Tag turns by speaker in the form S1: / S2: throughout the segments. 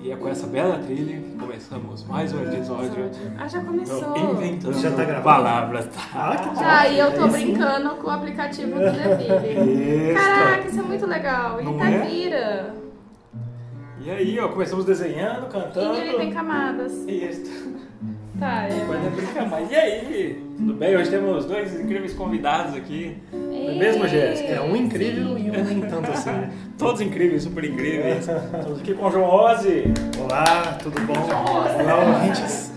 S1: E é com essa bela trilha que começamos mais um episódio
S2: Ah, já
S1: do
S2: começou.
S1: Inventando
S3: Já tá gravando?
S1: Palavras.
S3: Ah, que
S2: Já, e eu tô
S3: Aí sim.
S2: brincando com o aplicativo do Deville.
S1: Isso.
S2: Caraca, isso é muito legal. Ele
S1: Não
S2: tá
S1: é?
S2: vira.
S1: E aí, ó, começamos desenhando,
S2: E ele tem
S1: cantando.
S2: camadas.
S1: Isso.
S2: Tá, eu...
S1: Coisa brincar mais. E aí? Tudo bem? Hoje temos dois incríveis convidados aqui. Não é mesmo, Jéssica?
S3: É um incrível e um nem tanto assim, né?
S1: Todos incríveis, super incríveis. Estamos aqui com o João Ozzy.
S3: Olá, tudo bom? Olá, ouvintes.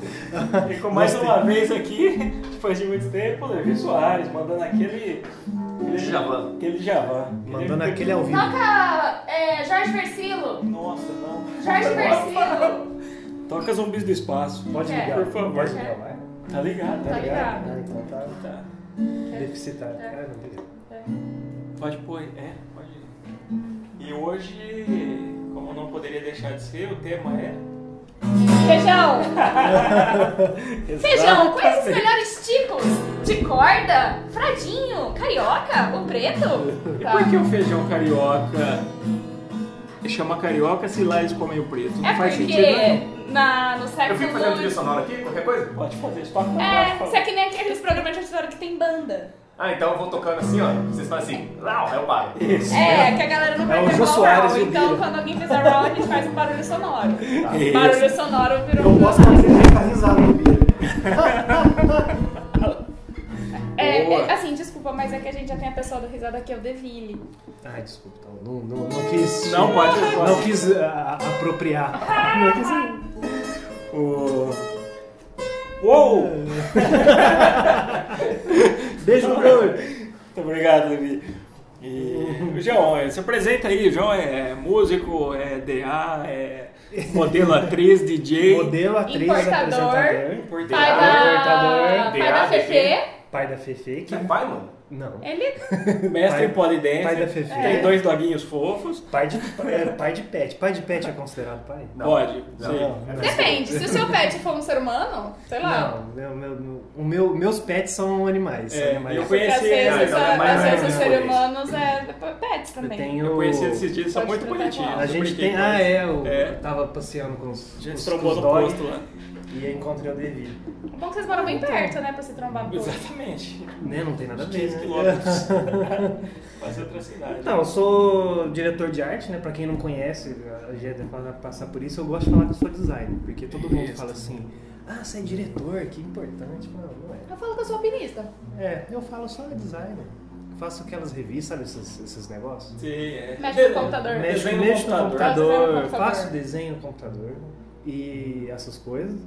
S1: E com mais uma vez aqui, depois de muito tempo, Levi Soares, mandando aquele. aquele
S4: Djavan.
S1: Aquele Javan. é
S3: Mandando aquele ao vivo.
S2: Toca é, Jorge Versilo.
S1: Nossa, não.
S2: Jorge Versilo.
S1: Toca zumbis do espaço.
S3: Pode
S2: É.
S3: ligar.
S1: Por favor.
S3: Pode ligar, vai.
S1: Tá ligado, tá,
S2: Tá ligado.
S3: Ah, então tá
S1: Tá.
S3: deficitário. Ah, não, beleza.
S1: Pode pôr, é, pode. E hoje, como não poderia deixar de ser, o tema é.
S2: Feijão. Feijão, quais os melhores tipos? De corda, fradinho, carioca, o preto.
S1: E
S2: Tá.
S1: por que o feijão carioca chama carioca se lá eles comem o preto? Não
S2: É
S1: faz sentido né? nenhum.
S2: porque é na, no
S4: Eu fico fazendo
S2: século
S4: trilha sonora aqui, qualquer coisa?
S1: Pode fazer, isso toca na
S2: É,
S1: parte,
S2: isso é que nem aqueles programas de auditório que tem banda.
S4: Ah, então eu vou tocando assim, ó. Vocês fazem assim, lau, aí eu paro.
S1: Isso.
S2: É, que a galera não vai
S3: É o
S2: ter
S3: Jô
S2: qual
S3: Soares
S2: round,
S3: e o Tá.
S2: Então,
S3: Bira.
S2: quando alguém fizer round, a gente faz um barulho sonoro.
S1: Isso.
S2: Barulho sonoro virou.
S3: Eu
S2: um-
S3: posso fazer ele ficar risado no vídeo.
S2: É,
S1: Boa.
S2: é, assim, desculpa, mas é que a gente já tem a pessoa do risada que é o Deville.
S3: Ai, desculpa, então. Não, não, não quis.
S1: Não, pode, pode.
S3: Não quis ah, apropriar. Não quis.
S1: O... Uou!
S3: Beijo no meu.
S1: Muito obrigado, Levi. E o João, eh, se apresenta aí. O João é músico, é DA, é modelo atriz, DJ.
S3: Modelo, atriz,
S2: Importador.
S3: apresentador.
S1: Por DA.
S2: Pai da,
S3: Libertador,
S2: pai da
S4: DA,
S2: Fefe.
S3: Pai da Fefe, que...
S4: Que pai, mano?
S3: Não.
S2: Ele.
S1: Mestre em
S3: Pai-
S1: polidense.
S3: pai da Fefe. É.
S1: Tem dois doguinhos fofos.
S3: Pai de, é, pai de pet. Pai de pet é considerado pai?
S4: Não.
S1: Pode.
S4: Não.
S1: sim.
S3: não.
S2: Depende, se o seu pet for um ser humano, sei lá.
S3: Não, meu, meu, meu- o meu, meus pets são animais. são
S1: É,
S3: animais.
S1: eu
S2: Porque às
S1: Conheci-
S4: Ah,
S2: vezes,
S4: então é
S2: a-
S4: mais
S2: às
S4: ou
S2: vezes os
S4: menos
S2: seres
S4: por isso.
S2: humanos é pets
S3: Eu
S2: também.
S3: tenho.
S1: Eu conheci eles esses dias, eles são
S2: Pode
S1: muito
S2: tratar com
S1: bonitinhos.
S2: ela.
S3: A
S1: eu
S3: gente
S1: brinquei
S3: tem.
S1: com
S3: Ah,
S1: eles.
S3: é, eu
S1: É.
S3: tava passeando com os.
S1: A gente
S3: os-
S1: trombou
S3: os
S1: no
S3: dog
S1: posto lá.
S3: E aí encontrei o Devi.
S2: É bom que vocês moram
S3: Então.
S2: bem perto, né, pra se trombar no posto.
S1: Exatamente.
S3: Né? Não tem nada a
S1: Uns
S3: ver.
S1: 15
S3: Né?
S1: quilômetros. Fazer outra cidade.
S3: Então, eu sou diretor de arte, né? Pra quem não conhece, a gente deve falar- passar por isso, eu gosto de falar que eu sou designer, porque todo mundo
S1: Isso.
S3: fala assim, ah, você é diretor, que importante. Não, não é.
S2: Eu falo que eu sou alpinista.
S3: É, eu falo só designer. Faço aquelas revistas, sabe, esses, esses negócios?
S1: Sim, é.
S2: Mexe Tá, no computador.
S1: Desenho
S3: Mexo,
S1: no
S3: mexo no
S1: computador.
S2: Faço desenho no
S3: computador,
S2: computador.
S3: faço desenho no computador e essas coisas.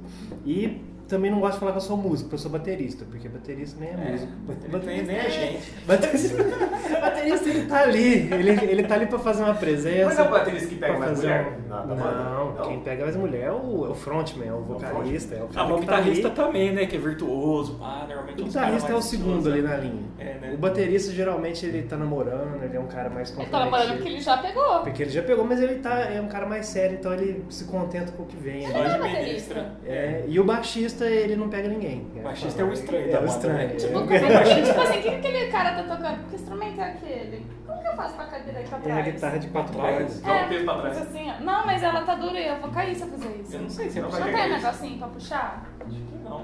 S3: E também não gosto de falar que eu sou músico, porque eu sou baterista, porque baterista nem é, músico.
S1: Não tem
S4: é
S3: É,
S1: nem a gente.
S3: Baterista, baterista ele tá ali, ele, ele tá ali pra fazer uma presença.
S4: Mas é o baterista que pega
S3: pra
S4: mais
S3: fazer
S4: mulher? tá
S3: um-
S4: na- na banda?
S3: Não, quem pega mais mulher é o, é o frontman, é o vocalista, é o
S1: Ah,
S3: cara
S1: mas o
S3: que tá ali.
S1: guitarrista também, né? Que é virtuoso, pá, normalmente
S3: O
S1: os caras
S3: guitarrista é o
S1: mais
S3: segundo
S1: virtuosos,
S3: ali
S1: né?
S3: na linha.
S1: É, né?
S3: O baterista geralmente ele tá namorando, ele é um cara mais
S2: Ele
S3: comprometido.
S2: tá namorando porque ele já pegou.
S3: Porque ele já pegou, mas ele tá, é um cara mais sério, então ele se contenta com o que vem.
S2: Ele
S3: né?
S2: não é
S1: administra.
S2: baterista.
S3: É, e o baixista, ele não pega ninguém.
S1: O baixista é o estranho
S3: É
S1: da
S3: o
S1: banda,
S3: estranho.
S1: né?
S2: Tipo,
S3: é.
S4: um
S2: como é que, tipo assim, o que aquele cara tá tocando? Que instrumento é aquele? Como que eu faço com a cadeira aqui pra
S3: É a
S2: trás?
S3: guitarra de quatro
S1: Atrás. então.
S3: cordas.
S4: Dá um peso pra trás.
S2: Assim, ó. não, mas ela tá dura e eu vou cair se eu fizer isso.
S1: Eu não
S2: Não
S1: sei se é
S4: Não
S1: possível.
S4: vai
S2: tem um
S4: isso.
S2: negocinho pra puxar?
S1: Acho que não.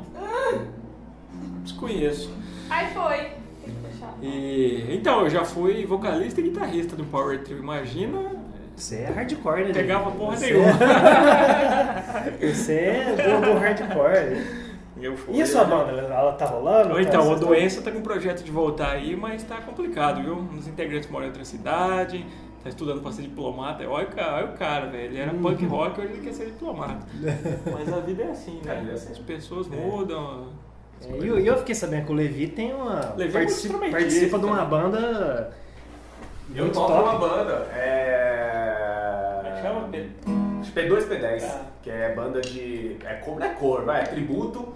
S1: Desconheço.
S2: Aí foi. Tem que puxar.
S1: E, então, eu já fui vocalista e guitarrista do Power Trio. Imagina,
S3: Você é hardcore, né?
S1: eu pegava porra
S3: Você-
S1: nenhuma.
S3: Você é do, do hardcore.
S1: Eu fui.
S3: E a sua banda? Ela tá rolando?
S1: Ou
S3: Tá-
S1: Então, o
S3: vocês
S1: Doença tá com um projeto de voltar aí, mas tá complicado, viu? Um dos integrantes mora em outra cidade, tá estudando pra ser diplomata. Olha o cara, olha o cara velho. Ele era punk rock, hoje ele quer ser diplomata. mas a vida é assim,
S4: A
S1: né?
S4: vida é assim.
S1: As pessoas mudam.
S3: estão- É, E eu, e eu fiquei sabendo que o Levi tem uma.
S1: Levi é um
S3: participa,
S1: instrumentista.
S3: participa de uma banda.
S4: Eu
S3: muito
S4: toco
S3: top.
S4: uma banda.
S1: Como é que
S4: É.
S1: Chama Pedro.
S4: Acho que é P2P10,
S1: Ah.
S4: que é banda de. É cor, é cor, vai, é tributo.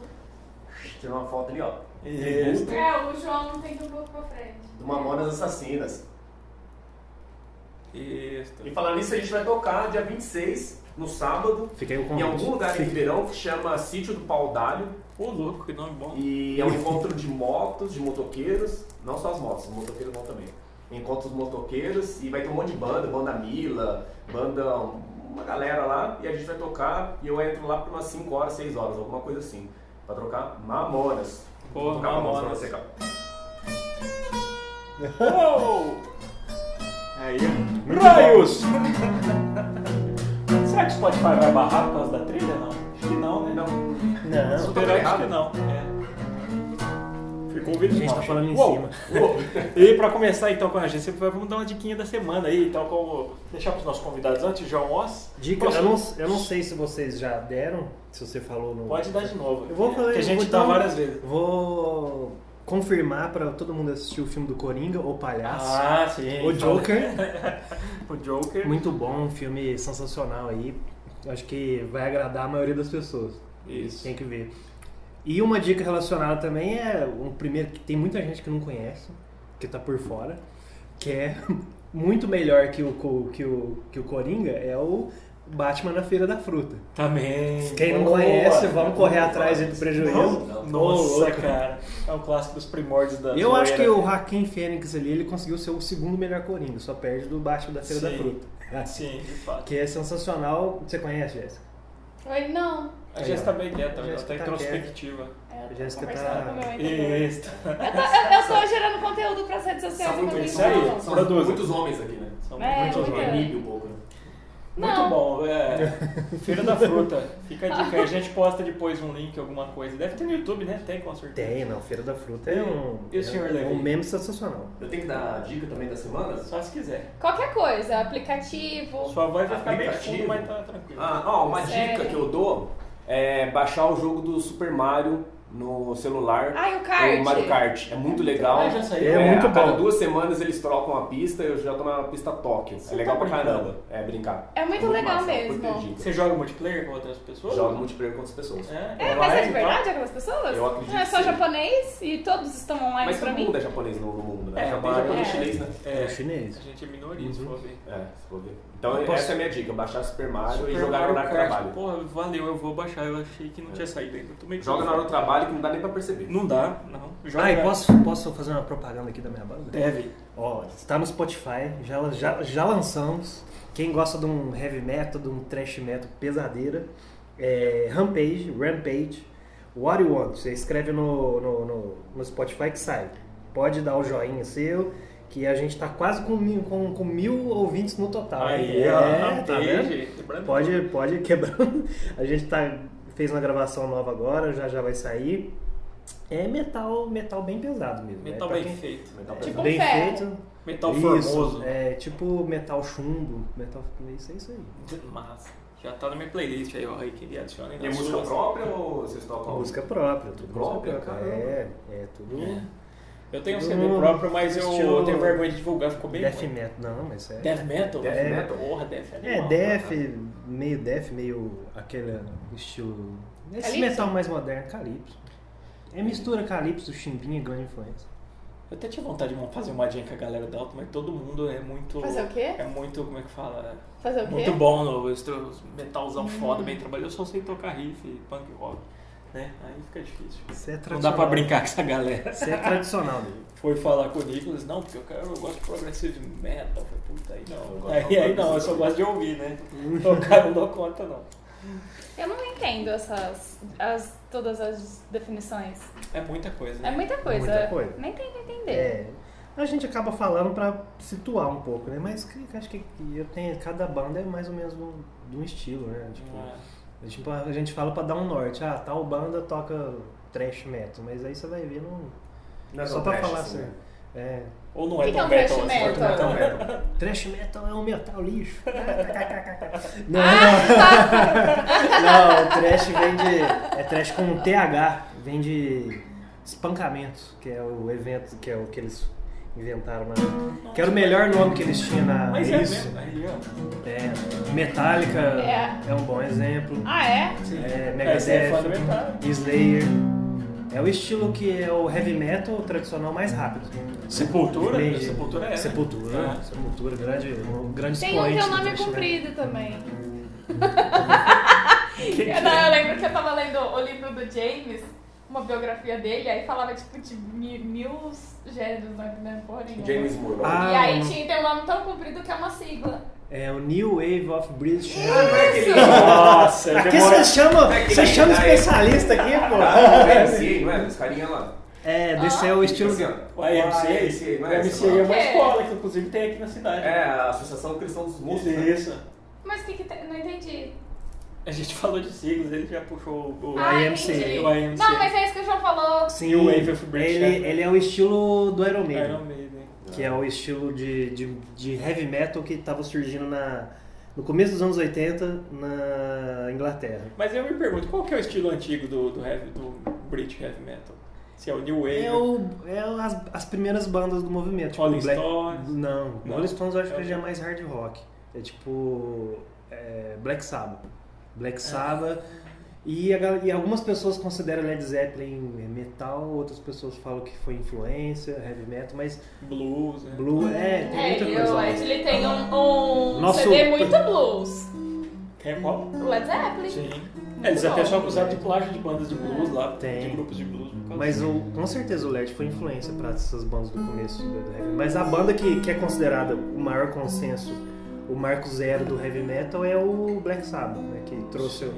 S4: Tem uma foto ali, ó.
S1: Isso.
S4: Tributo
S2: É, o João não tem que um pouco pra frente.
S4: do Mamonas Assassinas.
S1: Isso.
S4: E falando nisso, a gente vai tocar dia 26, no sábado,
S3: Fica aí o
S4: em
S3: convite.
S4: algum lugar em
S3: Fica-
S4: Ribeirão que chama Sítio do Pau d'Alho.
S1: Ô, louco, que nome bom.
S4: E é um encontro de motos, de motoqueiros, não só as motos, os motoqueiros vão também. Encontro dos motoqueiros e vai ter um monte de banda, banda Mila, banda um uma galera lá e a gente vai tocar e eu entro lá por umas 5 horas, 6 horas, alguma coisa assim. Pra trocar mamonas.
S1: Porra,
S4: Vou tocar pra
S1: Mamonas.
S4: você, cara.
S1: Oh! Aí, ó. Raios! Será que o Spotify vai barrar por causa da trilha? Não. Acho que não, né?
S4: Não,
S3: Não,
S1: Esperamos que não. É. Ficou o vídeo
S3: a gente tá
S1: mal.
S3: falando em
S1: Uou,
S3: cima.
S1: uou. E pra começar então com a gente, sempre vamos dar uma diquinha da semana aí, então como deixar pros nossos convidados antes, João Oss.
S3: Dica, eu não, eu não sei se vocês já deram, se você falou no.
S1: Pode dar de novo.
S3: Eu vou falar.
S1: Que a
S3: eu
S1: gente
S3: vou
S1: dá
S3: dar um-
S1: várias vezes.
S3: Vou confirmar pra todo mundo assistir o filme do Coringa, O Palhaço.
S1: Ah, sim.
S3: Ah, o Joker.
S1: O Joker.
S3: Muito bom, um filme sensacional aí. Eu Acho que vai agradar a maioria das pessoas.
S1: Isso.
S3: Tem que ver. E uma dica relacionada também é um primeiro que tem muita gente que não conhece, que tá por fora, que é muito melhor que o, co- que o, que o Coringa, é o Batman na Feira da Fruta.
S1: Também.
S3: Quem não
S1: Boa.
S3: conhece, vamos correr atrás aí do prejuízo.
S1: Nossa,
S3: Nossa,
S1: cara. É um clássico dos primórdios da
S3: Eu acho que
S1: zoeira.
S3: o Hakim Fênix ali, ele conseguiu ser o segundo melhor Coringa, só perde do Batman da Feira
S1: Sim.
S3: da Fruta. Ah,
S1: Sim, de fato.
S3: Que é sensacional. Você conhece, Jéssica?
S2: Oi, não.
S1: A
S3: Aí,
S1: Jéssica
S3: ó.
S1: bem quieta, ela
S3: Jéssica
S1: tá
S3: tá
S1: introspectiva. Tá
S2: É, Eu tô
S3: Jéssica
S2: conversando
S3: tá-
S2: com o meu ex-namorado.
S1: Isso.
S2: Eu tô, eu, eu tô gerando conteúdo pras redes sociais
S4: São
S2: e
S4: muito,
S2: não tem
S1: isso aí.
S2: como.
S4: são
S1: Produza.
S4: muitos homens aqui, né?
S1: São
S2: É,
S1: muitos
S2: muito.
S1: nomes.
S4: Humilha um pouco, né?
S1: Muito
S2: Não.
S1: bom, é. Feira da Fruta. Fica a dica aí. A gente posta depois um link, alguma coisa. Deve ter no YouTube, né? Tem, com certeza.
S3: Tem, não. Feira da Fruta é um,
S1: E o senhor
S3: é
S1: Levi?
S3: um meme sensacional.
S4: Eu tenho que dar a dica também da semana?
S1: Só se quiser.
S2: Qualquer coisa, aplicativo.
S1: Sua voz vai ficar bem
S4: Aplicativo.
S1: fundo, mas tá tranquilo.
S4: Ah, ó, uma
S2: Sério?
S4: dica que eu dou é baixar o jogo do Super Mario no celular.
S2: Ai, o Ah, kart. Então,
S4: O Mario Kart. É muito legal.
S1: Ah, já saiu.
S3: É muito
S4: a cada
S3: bom.
S4: duas semanas eles trocam a pista, eu já tô na pista Tóquio.
S1: Você
S4: é legal
S1: tá
S4: pra
S1: brincando.
S4: caramba. É brincar.
S2: É muito legal
S4: massa,
S2: mesmo.
S4: curto de dica.
S1: Você joga multiplayer com outras pessoas?
S4: Joga multiplayer com outras pessoas.
S1: É,
S2: É, mas é de verdade aquelas pessoas?
S4: Eu acredito
S2: Não é só
S4: que sim.
S2: japonês e todos estão online
S4: Mas
S2: pra
S4: todo
S2: mim?
S4: mundo é japonês no no mundo, né?
S1: É,
S4: Já tem
S1: Mario-
S4: japonês
S2: É.
S4: chinês, né?
S3: É, Uhum.
S1: É,
S3: chinês.
S1: a gente é minoria, se for ver.
S4: É, se for ver. Então
S3: Eu posso-
S4: essa é a minha dica, baixar Super Mario
S1: Super
S4: e jogar
S1: Mario
S4: no horário de
S1: Kart.
S4: trabalho. É.
S1: Porra, valeu, eu vou baixar. Eu achei que não tinha saído ainda. Eu Tô meio
S4: Joga na hora do trabalho que não dá nem pra perceber.
S1: Não dá, não. Joga.
S3: Ah, e posso, posso fazer uma propaganda aqui da minha banda?
S1: Deve.
S3: Ó, está no Spotify, já, já, já lançamos. Quem gosta de um heavy metal, de um thrash metal pesadeira, é Rampage, Rampage, What You Want. Você escreve no, no, no, no Spotify que sai. Pode dar o joinha seu, que a gente tá quase com, mil- com, com mil ouvintes no total. hein?
S1: ó,
S3: é, tá
S1: Rampage,
S3: vendo?
S1: quebrando
S3: Pode, pode quebrando. A gente tá, fez uma gravação nova agora, já já vai sair. É metal, metal bem pesado mesmo.
S1: Metal
S3: é pra
S1: bem
S3: quem-
S1: feito.
S3: é,
S4: Metal pesado.
S2: Tipo um
S3: bem
S2: ferro.
S3: feito.
S1: Metal
S3: Isso,
S1: formoso.
S3: É tipo metal chumbo, metal isso é isso aí.
S1: Massa. Já tá na minha playlist aí, ó. Aí que ele adiciona. aí
S4: Tem
S1: na
S4: música
S1: sua.
S4: própria ou vocês tocam?
S3: Música própria, tudo
S4: Própria,
S3: música
S4: caramba.
S3: É, é tudo
S1: Eu tenho um
S3: Todo
S1: CD
S3: mundo
S1: próprio, mas eu
S3: estilo-
S1: tenho vergonha de divulgar, ficou bem.
S3: death
S1: ruim.
S3: metal, não, mas é
S1: Death né? metal?
S4: Death
S1: É.
S4: metal.
S1: Porra, death
S3: É
S1: animal.
S3: death, meio death, meio aquele estilo esse
S2: Calypso?
S3: metal mais moderno, calypso. É mistura calypso, chimbinha e grande influência.
S1: Eu até tinha vontade de fazer uma dinha com a galera da Alto, mas todo mundo é muito.
S2: Fazer o quê?
S1: É muito, como é que fala?
S2: Fazer o quê?
S1: Muito bom, no, os teus metalzão foda, bem trabalhado. Eu só sei tocar riff e punk rock, né? Aí fica difícil.
S3: Isso é
S1: Não dá
S3: tradicional.
S1: pra brincar com essa galera.
S3: Isso é tradicional, né?
S1: Foi falar com o Nicolas, não, porque eu, quero, eu gosto de progressive metal. Eu Falei, puta, aí
S4: Eu
S1: não.
S4: gosto
S1: Aí,
S4: de
S1: aí não, eu só gosto de ouvir, né? Tocar não dou conta, não.
S2: Eu não entendo essas, as, todas as definições.
S1: É muita coisa,
S2: É
S1: né?
S2: muita coisa.
S3: Muita coisa.
S2: Nem tem que entender.
S3: É. A gente acaba falando pra situar um pouco, né? Mas que- acho que eu tenho, cada banda é mais ou menos de um, de um estilo, né? Tipo,
S1: Ah,
S3: É Tipo, a gente fala pra dar um norte. Ah, tal banda toca trash metal, mas aí você vai ver não.
S4: Não é
S3: Só pra
S4: trash,
S3: falar
S4: assim,
S3: assim.
S4: né?
S3: É.
S1: Ou não
S2: O
S1: é
S2: que que é
S1: tão
S2: um
S1: metal
S2: thrash
S1: assim.
S2: metal?
S4: Então, é.
S3: Trash metal é um metal lixo. não,
S1: Ah,
S3: não, trash vem de. É trash com TH, vem de espancamento, que é o evento, que é o que eles inventaram lá. Que era o melhor nome que eles tinham na.
S1: Mas é,
S3: isso.
S1: mesmo. Aí, ó.
S3: É. Metallica
S2: É.
S3: é. um bom exemplo.
S2: Ah, é?
S3: É,
S1: É, você é
S3: Megadeth.
S1: fã do metal.
S3: Slayer. É o estilo que é o heavy metal tradicional mais rápido.
S1: Sepultura?
S3: Meio-
S1: Sepultura é, né?
S3: Sepultura,
S1: É.
S3: Sepultura, grande, um grande
S2: Tem um que
S3: expoente
S2: o
S3: do
S2: nome é
S3: thrash metal.
S2: comprido também.
S1: que
S2: Eu, não, eu lembro que eu tava lendo o livro do James, uma biografia dele, aí falava tipo de mi- mil gêneros, não é porra nenhuma.
S4: então. James Moore.
S3: Ah,
S2: E aí
S3: não.
S2: tinha, tem um nome tão comprido que é uma sigla.
S3: É o New Wave of British
S4: Ah, não é aquele.
S1: Nossa, eu
S3: Aqui
S1: demorei.
S3: você chama,
S4: Não é que
S3: você
S4: nem
S3: chama
S4: tá aí.
S3: especialista aqui,
S2: Tá.
S4: Ah,
S3: pô.
S4: YMCA, não é? Os carinha lá.
S3: É, desse
S2: Ah,
S3: é o
S4: Tipo
S3: estilo.
S4: assim, ó.
S1: O IMCA,
S4: YMCA, não é?
S1: o
S4: essa
S1: IMCA é
S4: palavra?
S1: uma escola que inclusive tem aqui na cidade.
S4: É, a Associação Cristã dos Músicos. né?
S1: Isso.
S2: Mas o que que tem? Não entendi.
S1: A gente falou de siglas, ele já puxou o...
S2: Ah,
S3: IMCA.
S2: entendi.
S1: O IMCA.
S2: Não, mas é isso que o João falou.
S3: Sim,
S1: New Wave of British
S3: ele,
S1: Heavy.
S3: ele é o estilo do Iron Maiden,
S1: Iron Maiden.
S3: que é o estilo de, de, de heavy metal que estava surgindo na, no começo dos anos 80 na Inglaterra.
S1: Mas eu me pergunto, qual que é o estilo antigo do, do, heavy, do British Heavy Metal? Se é o New Wave...
S3: É, o, é o- as, as primeiras bandas do movimento. Tipo
S1: Rolling
S3: Black...
S1: Stones?
S3: Não,
S1: Não.
S3: Rolling Stones eu acho que
S1: É.
S3: já é mais hard rock. É tipo é, Black Sabbath. Black Sabbath. E, a gal- e algumas pessoas consideram Led Zeppelin é metal, outras pessoas falam que foi influência, heavy metal, mas
S1: Blues, né?
S3: blue é, tem
S2: É,
S3: muita
S2: e
S3: coisa.
S2: o Led ele tem um, um
S3: Nosso-
S2: CD muito blues.
S1: Tem é qual?
S2: O Led Zeppelin.
S1: Sim. É, eles até são acusados de plágio de bandas de blues lá,
S3: Tem.
S1: de grupos de blues. por causa
S3: Mas o, com certeza o LED foi influência para essas bandas do começo do do heavy. Mas a banda que, que é considerada o maior consenso, o marco zero do heavy metal é o Black Sabbath, né? Que trouxe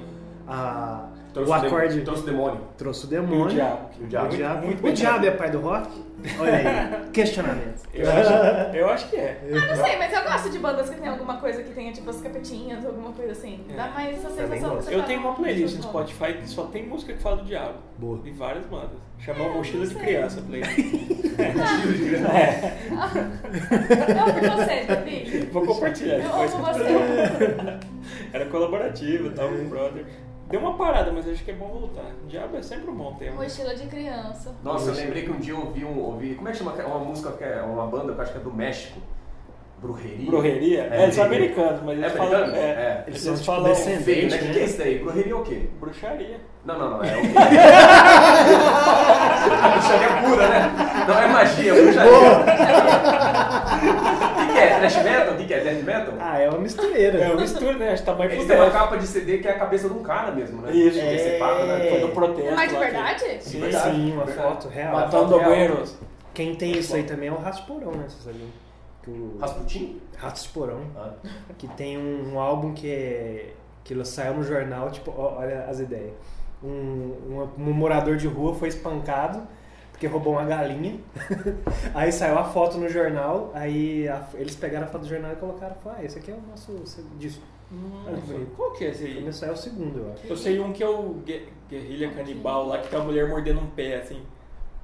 S3: a
S4: Trouxe
S3: o
S4: de-
S3: acorde
S4: Trouxe o demônio.
S3: trouxe o
S1: disso. E o
S3: demônio.
S1: diabo. que
S4: E o diabo.
S3: O diabo,
S1: Muito
S3: o
S1: bem.
S3: diabo é pai do rock? Olha aí, questionamento.
S1: Eu acho, eu acho que é.
S2: Ah, não sei, mas eu gosto de bandas que tem alguma coisa que tenha tipo as capetinhas, alguma coisa assim.
S1: É.
S2: Dá mais essa
S3: Também
S2: sensação. que
S3: gosto.
S2: você
S1: Eu
S2: tá
S1: tenho uma playlist no
S2: junto.
S1: Spotify que só tem música que fala do diabo.
S3: Boa.
S1: E várias bandas. Chamou
S2: É,
S1: Mochila
S2: não
S1: de
S2: sei.
S1: Criança, a playlist.
S4: É.
S2: Eu amo vocês, Gabi.
S1: É, Vou compartilhar
S2: Eu amo
S1: depois.
S2: você.
S1: Era colaborativa, tal, com o brother. Deu uma parada, mas acho que é bom voltar. Diabo é sempre um bom tema.
S2: Mochila de criança.
S4: Nossa, eu lembrei que um dia eu ouvi um. Ouvi, como é que chama aquela- uma música que é uma banda que eu acho que é do México? Brujeria.
S1: Brujeria?
S4: É,
S1: É, eles são
S4: brujeria.
S1: americanos, mas
S4: É
S1: eles falam.
S4: americano? É.
S1: Eles,
S3: Eles são, tipo,
S1: falam
S3: descendentes.
S4: Feio, né?
S3: Gente,
S4: O
S3: né?
S4: que é isso daí? Brujeria é o quê?
S1: bruxaria.
S4: Não, não, não. É o quê? Bruxaria pura, né? Não é magia, é bruxaria. O que, que é? Thrash metal? O que, que é? Death metal?
S3: Ah, é uma mistureira.
S1: É uma mistura, né? Acho que tá mais
S4: Eles
S1: pro
S4: têm uma
S1: dentro.
S4: capa de CD que é a cabeça de um cara mesmo, né?
S1: Isso.
S4: Que esse papo, né?
S1: Foi do protesto.
S2: Mas de
S1: lá que-
S2: verdade?
S1: Sim,
S4: Verdade.
S3: Sim, uma
S4: Verdade.
S3: foto real.
S1: Matando Guerreiros.
S3: Quem tem isso aí também é o Rasporão, né? Você sabe? Que o
S4: Rasputin?
S3: Rasporão.
S4: Ah.
S3: que tem um, um álbum que é que saiu no jornal, tipo, ó, olha as ideias. Um, um- um morador de rua foi espancado porque roubou uma galinha. aí saiu a foto no jornal, aí a- eles pegaram a foto do jornal e colocaram, falaram, ah, esse aqui é o nosso disco.
S2: Hum.
S3: Olha que bonito.
S1: Qual que é esse aí?
S3: Começou é o segundo, eu acho.
S1: Eu sei um que é o gue- Guerrilha Canibal lá, que tem uma mulher mordendo um pé, assim.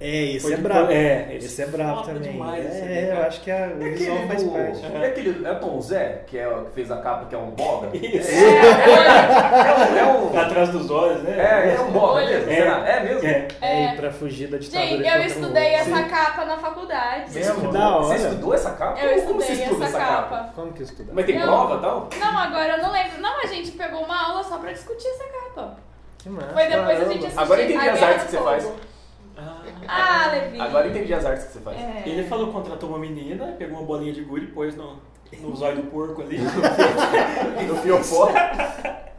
S3: É, esse
S1: Foi
S3: é
S1: de-
S3: brabo.
S1: é,
S3: esse,
S1: esse
S3: é brabo
S1: foda
S3: também.
S1: demais esse daí,
S3: é, eu
S1: cara.
S3: acho que a, o
S4: É
S3: visual
S4: aquele
S3: faz
S4: do-
S3: parte. né?
S1: parte.
S4: É aquele. É Tom Zé, que, é, que fez a capa, que é um boga?
S1: Isso.
S4: É, é, é um. É um,
S1: Atrás dos olhos, né?
S4: é, é um boga
S2: Olha.
S4: mesmo?
S1: É.
S4: Será? É mesmo?
S1: É.
S2: É.
S3: É, e pra fugir da ditadura.
S2: Gente,
S3: eles
S2: eu
S3: colocaram um
S2: estudei
S3: outro.
S2: essa capa na faculdade.
S4: Mesmo?
S3: Que da hora.
S4: Você estudou essa capa?
S2: Eu
S4: Como você
S2: estudei
S4: estuda
S2: essa capa.
S3: Como que eu estudei?
S4: Mas tem
S2: Eu-
S4: prova e tal?
S2: Não, agora eu não lembro. Não, a gente pegou uma aula só pra discutir essa capa.
S3: Que massa.
S2: Foi depois a gente
S3: caramba.
S2: assistiu.
S4: Ah, Agora eu entendi
S2: A
S4: as
S2: Guerra
S4: artes
S2: do
S4: que você
S2: Fogo.
S1: Ah.
S2: Ah, Levi.
S4: Agora eu entendi as artes que você faz.
S2: É.
S1: Ele falou contratou uma menina, pegou uma bolinha de gude e pôs no, nos olhos do porco ali
S2: É.
S4: No fiofó.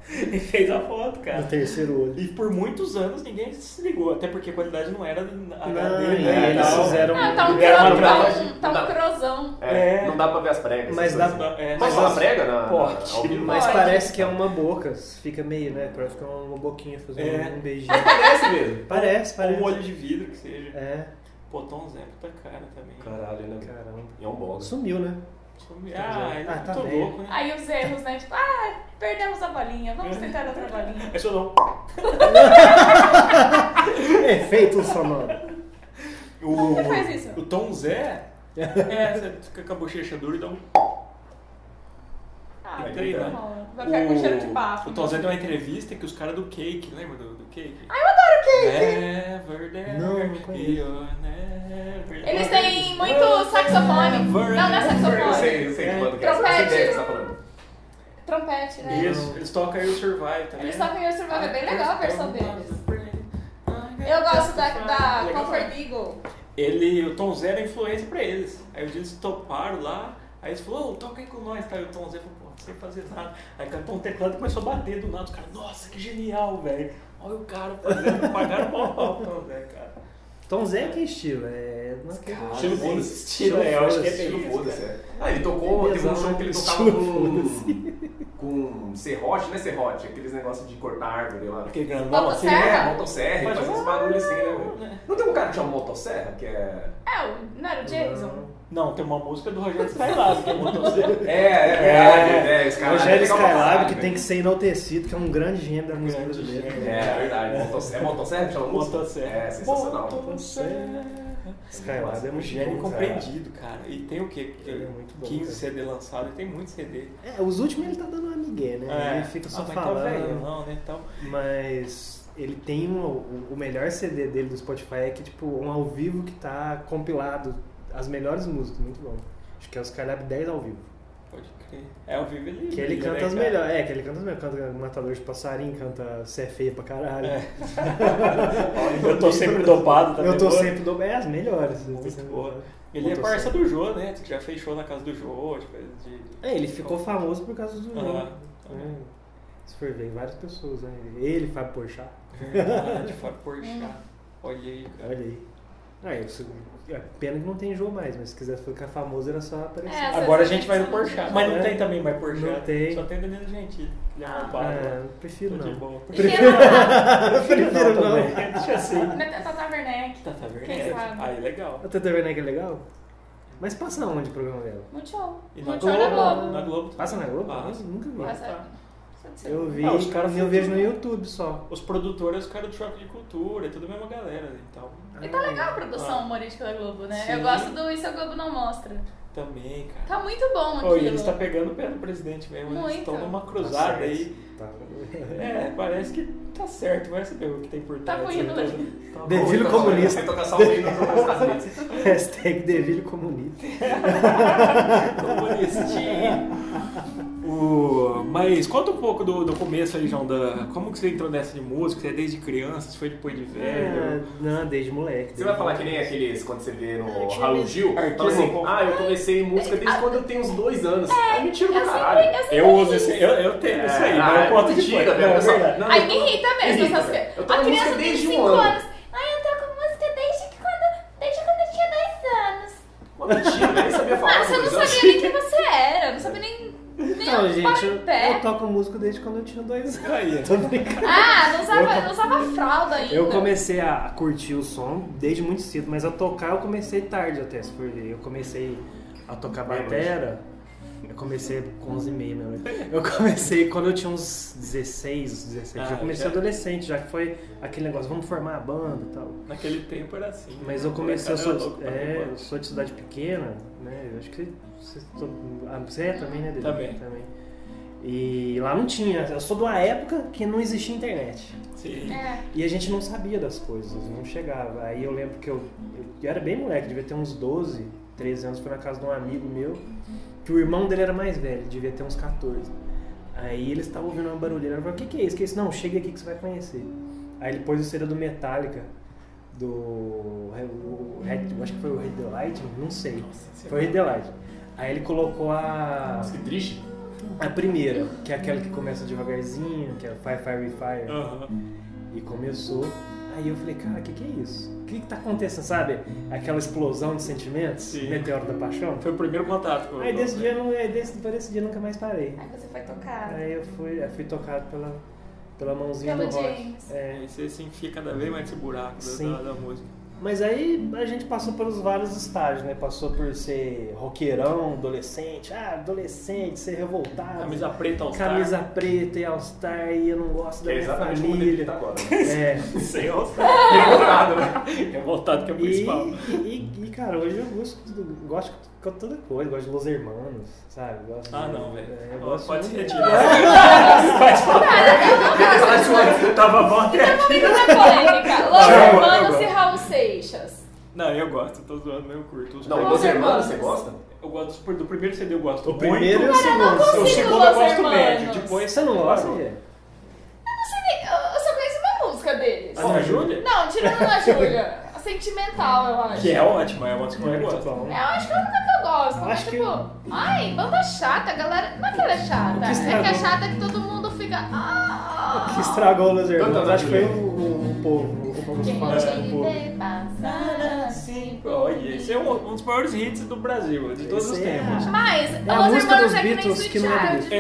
S1: e fez a foto,
S3: No
S1: cara.
S3: terceiro olho.
S1: E por muitos anos ninguém se ligou, até porque a qualidade não era HD,
S3: e
S1: né?
S4: eles
S1: Então,
S3: fizeram-
S2: Ah, tá um,
S1: Era uma
S2: cro... tá
S1: atrás.
S2: um, tá um
S4: Não.
S2: crozão.
S4: É,
S1: É.
S4: Não dá pra ver as pregas.
S3: Mas
S4: essas
S3: dá-
S4: coisas.
S1: é,
S4: Mas
S1: mas
S4: uma
S1: as-
S4: prega na.
S1: Pode.
S4: na- ao vivo?
S3: Mas
S2: Olha.
S3: parece que é uma boca, fica meio, né? Parece que é uma boquinha fazendo
S1: É.
S3: um beijinho.
S4: Parece mesmo.
S3: Parece,
S1: Ou um
S3: parece.
S1: olho de vidro que seja.
S3: É,
S1: Pô, Tom Zé, puta cara também.
S4: Caralho, né?
S3: caramba.
S4: É um boga.
S3: Sumiu, né?
S1: Some- Ah, ele
S3: Ah,
S1: é
S3: tá
S1: muito
S3: velho.
S1: louco, né?
S2: Aí os erros, né? Tipo, ah, perdemos a bolinha, vamos tentar outra bolinha.
S1: É só não.
S3: Efeito sonoro.
S1: O,
S2: Como que faz isso?
S1: o Tom Zé é, você fica com a bochecha dura e dá um.
S2: Ah,
S1: Vai
S2: tá
S1: treinar.
S2: bom. Vai ficar com cheiro de bafo. né?
S1: O Tom Zé deu uma entrevista que os caras do cake, lembra do, do cake?
S2: Ai, eu adoro cake!
S1: Never, never,
S3: Não, não conheço.
S1: you're never,
S2: Eles
S1: never.
S2: têm muito saxofone.
S1: Never,
S2: Não, não é
S4: Eu não
S2: saxofone.
S4: sei, eu sei de quando que é essa
S2: Trompete.
S4: essa ideia que você tá falando. É.
S2: Trompete, né?
S1: Isso, eles tocam aí o Survive também.
S2: Eles tocam aí o Survive, é bem legal a versão deles.
S1: Eu
S2: Eu gosto da, da Comfort Eagle.
S1: Ele, o Tom Zé era influência pra eles. Aí um dia eles toparam lá, aí eles falaram, ô, toca aí com nós, tá? E o Tom Zé falou, pô, não sei fazer nada. Aí cantou um teclado e começou a bater do nada. Os caras, nossa, que genial, velho. Olha o cara fazendo, pagaram mó pau pro Tom Zé, cara.
S3: Tom Zé que estilo, é. Não é que-
S1: Cara,
S4: Estilo
S1: tem
S4: foda-se.
S1: Estilo, é, eu acho que é bem
S4: Estilo
S1: isso,
S4: foda-se,
S1: cara.
S4: é. Ah, ele tocou, teve um
S3: Beleza,
S4: show que ele tocava
S3: estilo
S4: com, com serrote, né? Serrote, aqueles negócios de cortar árvore lá.
S1: Aquele grandão assim,
S2: Motosserra?
S1: né?
S4: É, motosserra, ele
S1: Faz
S4: faz uns barulhos assim, né, velho? Não tem um cara que chama motosserra, que é...
S2: É, o- não era o Jason?
S1: Não, tem uma música do Rogério Skylab, que é motosserra.
S4: É, é verdade, é, esse cara...
S3: Rogério
S4: é legal pra
S3: Skylab,
S4: caralho,
S3: que tem que
S4: velho.
S3: ser enaltecido, que é um grande gênero da música
S1: Grande
S3: brasileira.
S1: gênero.
S4: É, é verdade, motosse- é motosserra que chama a música?
S1: Motosserra.
S4: É, sensacional.
S1: Motosserra.
S3: Skylab é
S1: Um
S3: muito
S1: gênio
S3: bom, cara.
S1: compreendido, cara. E tem o quê?
S3: Ele é muito bom,
S1: 15
S3: cara.
S1: CD lançado, e tem muito CD.
S3: É, os últimos ele tá dando uma migué, né? Ele fica só
S1: ah, mas tá
S3: falando.
S1: velho, não, né? Então,
S3: Mas ele tem um, o- o melhor CD dele do Spotify é que tipo um ao vivo que tá compilado as melhores músicas, muito bom. Acho que é os Skylab 10 ao vivo.
S1: pode crer. É, o vivo ele.
S3: Que ele
S1: liga,
S3: canta
S1: né,
S3: as
S1: cara?
S3: melhores. É, que ele canta as melhores. Canta Matador de Passarinho, canta Cê é Feia pra caralho.
S1: É, Eu tô sempre dopado também.
S3: Eu tô
S1: pô.
S3: sempre do. É, as melhores. eu tô
S1: Muito
S3: sempre
S1: boa.
S3: dopado.
S1: Ele é
S3: Motosserra.
S1: parça do Jô, né? Que já fez show na casa do Jô, tipo, de...
S3: É, ele ficou famoso por causa do jogo.
S1: Aham.
S3: É. Se for ver, várias pessoas, né? Ele, Fábio Porchat.
S1: Verdade, É, fora Porchat. Olha aí, cara.
S3: Olha aí. Ah, eu sou- é, pena que não tem jogo mais, mas se quiser ficar famoso era só aparecer.
S2: É,
S1: Agora a gente vai no Porchat. Mas não
S3: É.
S1: tem também mais Porchat.
S3: Não tem.
S1: Só tem Danilo Gentili. Ele é
S2: Ah.
S1: roubado.
S3: Ah,
S1: né?
S3: eu prefiro
S1: Tô de
S3: não.
S1: boa.
S2: Prefiro não.
S3: Eu prefiro não.
S1: Deixa assim.
S2: Mas Tata Werneck.
S1: Tá, tá vendo?
S2: Quem sabe?
S1: Aí, legal.
S3: A Tata Werneck é legal? Mas passa onde o programa dela?
S2: Multishow.
S1: E na
S2: Multishow na
S1: Globo.
S2: Globo.
S1: Na Globo.
S3: Passa na Globo?
S1: Passa.
S3: Nossa, nunca vi.
S2: Essa-
S3: Eu vi,
S1: Ah, os caras ficam-
S3: eu vejo no YouTube só.
S1: Os produtores, os caras do Choque de Cultura, é tudo a mesma galera, né? então...
S2: E tá legal a produção humorística da Globo, né?
S1: Sim.
S2: Eu gosto do Isso a Globo Não Mostra.
S1: Também, cara.
S2: Tá muito bom aquilo.
S1: Pô, e eles tá pegando o pé do presidente mesmo, né? eles
S2: Muito.
S1: estão numa cruzada
S3: Tá
S1: aí.
S3: certo. Tá.
S1: É, parece que tá certo, vai saber o que tem por
S2: Tá
S1: trás.
S2: ruim,
S1: né?
S2: não é?
S1: Tá bom.
S3: Devido- Devilho
S4: Então,
S3: comunista.
S4: Tem que tocar só o hino dos Estados Unidos.
S3: Hashtag Devilho
S1: É,
S3: Comunista.
S1: Comunistinha. O... Mas conta um pouco do, do começo aí, João, da... como que você entrou nessa de música, você é desde criança, você foi depois de
S3: É,
S1: velho?
S3: não, desde moleque.
S4: Você vai falar que nem aqueles quando você vê no
S3: Ah, tinha
S4: Raul
S3: visto.
S4: Gil? Fala assim, ah, eu comecei em música desde quando eu tenho uns dois anos. Aí me tira
S2: É, eu
S4: do
S2: sempre-
S4: caralho. É,
S2: eu sempre fiz.
S1: eu, eu tenho
S3: É, ah,
S1: mas eu conto depois.
S4: Tira,
S1: Não, é
S4: velho.
S1: verdade.
S4: Não,
S2: Aí
S4: eu
S2: me
S4: tô-
S2: irrita
S4: me
S2: mesmo
S4: irrita,
S2: essas
S4: velho. Eu
S2: coisas.
S4: tô
S2: A
S4: na
S2: criança
S4: música
S2: tem
S4: desde
S2: 5
S4: um ano.
S2: anos. Ai, eu toco música desde que quando. Desde quando eu tinha 10 anos.
S4: Pô, Mentira, eu nem sabia falar.
S2: Ah,
S4: com
S2: você não
S4: dois
S2: sabia
S4: anos.
S2: nem quem você era. Não sabia nem. Nem
S3: Não,
S2: onde
S3: gente,
S2: para
S3: eu,
S2: em pé.
S3: eu toco música desde quando eu tinha dois anos.
S1: Aí,
S3: Tô brincando.
S2: Ah, não usava, não usava fralda ainda.
S3: Eu comecei a curtir o som desde muito cedo, mas a tocar eu comecei tarde até, se for ver. Eu comecei a tocar batera, eu comecei com 11 e meia, né? Eu comecei quando eu tinha uns 16, 17.
S1: Ah,
S3: já comecei
S1: já.
S3: adolescente, já que foi aquele negócio, vamos formar a banda e tal.
S1: naquele tempo era assim.
S3: Mas eu comecei, eu
S1: Cara,
S3: sou,
S1: era louco pra
S3: é,
S1: caramba.
S3: eu sou de cidade pequena, né? Eu acho que você, to- ah, você é também, né, Dede?
S1: Também.
S3: E lá não tinha, eu sou de uma época que não existia internet.
S1: Sim.
S2: É.
S3: E a gente não sabia das coisas, não chegava. Aí eu lembro que eu, eu, eu era bem moleque, devia ter uns 12, 13 anos, fui na casa de um amigo meu, que o irmão dele era mais velho, devia ter uns 14. Aí eles estavam ouvindo uma barulheira, eu falei, o que, que é isso? Que é isso? Não, chega aqui que você vai conhecer. Aí ele pôs o CD do Metallica, do. o Red- eu acho que foi o Red The Lightning, não sei. foi o Red The Lightning. Aí ele colocou a.
S4: Nossa, que triste.
S3: A primeira, que é aquela que começa devagarzinho, que é Fire Fire Fire.
S1: Aham.
S3: E começou. Aí eu falei, cara, o que, que é isso? O que, que tá acontecendo, sabe? Aquela explosão de sentimentos,
S1: Sim.
S3: meteoro da paixão.
S1: Foi o primeiro contato com
S3: Aí desse dia,
S4: né?
S3: eu não, aí desse, depois desse dia eu nunca mais parei.
S2: Aí você foi tocar.
S3: Aí eu fui, eu fui tocado pela, pela mãozinha
S2: Pelo
S3: do rock.
S2: James.
S3: É.
S1: Aí você se enfia assim cada vez mais nesse buraco da,
S3: Sim.
S1: da, da música.
S3: Mas aí a gente passou pelos vários estágios, né? Passou por ser roqueirão, adolescente, ah, adolescente, ser revoltado.
S1: Camisa preta ao
S3: Ah, camisa preta e all-star, e eu não gosto
S4: Que
S3: da
S4: é
S3: minha
S4: exatamente como tá. deve
S3: família.
S4: estar agora.
S3: É.
S1: Sem all star.
S4: Revoltado, né?
S1: Revoltado que é o
S3: E,
S1: principal.
S3: e- e, cara, hoje eu gosto, de tudo- gosto de toda coisa, gosto de Los Hermanos, sabe? Gosto
S1: Ah,
S3: de-
S1: não, velho.
S3: é, eu
S1: Ó,
S3: gosto
S1: Pode
S3: de-
S1: se retirar. Pode falar.
S2: né?
S1: Tava bom até
S2: Então vamos entrar na polêmica. Los
S1: Não,
S2: Hermanos
S1: agora.
S2: e Raul Seixas.
S1: Não, eu gosto, tô zoando, mas eu curto. Os
S4: Não,
S1: primeiros-
S4: Los Hermanos, você gosta?
S1: Eu gosto do, do primeiro CD, eu gosto.
S3: O primeiro e o
S1: muito,
S3: segundo.
S1: o
S2: consigo
S1: segundo eu
S2: Los
S1: gosto
S2: Hermanos.
S1: médio. Depois
S3: Você não gosta,
S1: parou.
S3: Gê?
S2: Eu não sei nem. Eu eu só conheço uma música deles.
S3: Ah.
S1: Ana Júlia?
S2: Não, tirando a Júlia. A Sentimental, eu acho.
S1: Que é ótima, é uma que eu
S3: Muito
S1: gosto.
S3: bom.
S2: É, eu acho que é a única que eu gosto.
S3: Eu
S2: mas,
S3: acho que
S2: tipo, ai, banda chata, a galera. Não é que ela é chata. É
S3: que
S2: que é
S3: estragou-
S2: chata que todo mundo fica.
S3: O
S2: Ah,
S3: que estragou o Los Hermanos,
S4: Canta,
S3: acho que foi
S4: Júlia.
S3: o, o- povo. O povo
S2: Quem
S3: fala tipo, com o
S2: te
S3: povo.
S2: vê passar assim.
S1: Olha, esse é um, um dos maiores hits do Brasil, de todos os
S3: Esse é-
S1: tempos.
S2: Mas,
S3: a
S2: os
S3: música
S2: irmãos
S3: dos Beatles
S2: Jackson
S3: que
S2: e
S3: não é do
S2: Sweetheart.
S3: Beatles.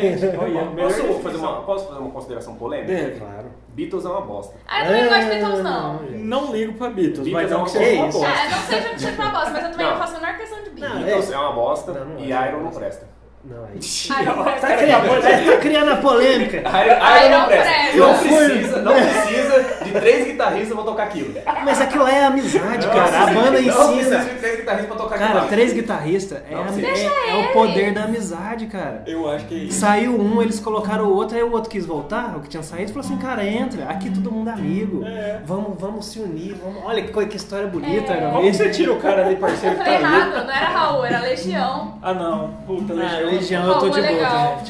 S1: Exatamente. Olha, melhor
S4: Posso fazer,
S1: definição.
S4: uma, posso fazer uma consideração polêmica?
S1: Deve.
S3: Claro.
S4: Beatles é uma bosta.
S2: Ah, eu também não
S3: É,
S2: gosto de Beatles, não.
S3: gente.
S1: Não ligo pra Beatles, mas
S4: Beatles
S1: é
S4: é
S1: um
S4: uma
S1: que seja uma
S3: bosta.
S1: bosta.
S2: Ah, não seja um tiro pra bosta, mas eu também não,
S4: Não.
S2: faço a menor questão de Beatles.
S3: Não,
S4: Beatles é, uma bosta
S3: Não, não é.
S4: e Iron não presta.
S3: Não, aí.
S2: Ah, não presta.
S3: Tá criando, tá criando a polêmica.
S4: Iron,
S2: Iron
S4: não presta.
S2: presta.
S4: Não
S3: Eu fui-
S4: precisa, não precisa de três guitarristas pra tocar aquilo.
S3: Mas aquilo é amizade,
S4: Não
S3: cara. A
S4: precisa-
S3: banda
S4: Não
S3: ensina.
S4: precisa de três guitarristas pra tocar
S3: Cara,
S4: aquilo.
S3: três guitarristas é,
S4: Não
S3: a-
S4: precisa.
S3: é- é o poder da amizade, cara.
S1: Eu acho que é isso.
S3: Saiu um, eles colocaram o outro, aí o outro quis voltar, o que tinha saído, falou assim, cara, entra, aqui todo mundo é amigo.
S1: É.
S3: Vamos, vamos se unir, vamos. Olha que, coisa, que história bonita,
S2: É.
S3: cara.
S1: Como que você tira o cara ali, parceiro,
S2: Eu
S1: que
S2: falei
S1: tá ali?
S2: errado, não era Raul, era Legião.
S1: Ah, não. Puta,
S3: Ah,
S1: Legião.
S3: Legião, eu tô
S2: Raul
S3: de
S2: é legal.
S3: boa.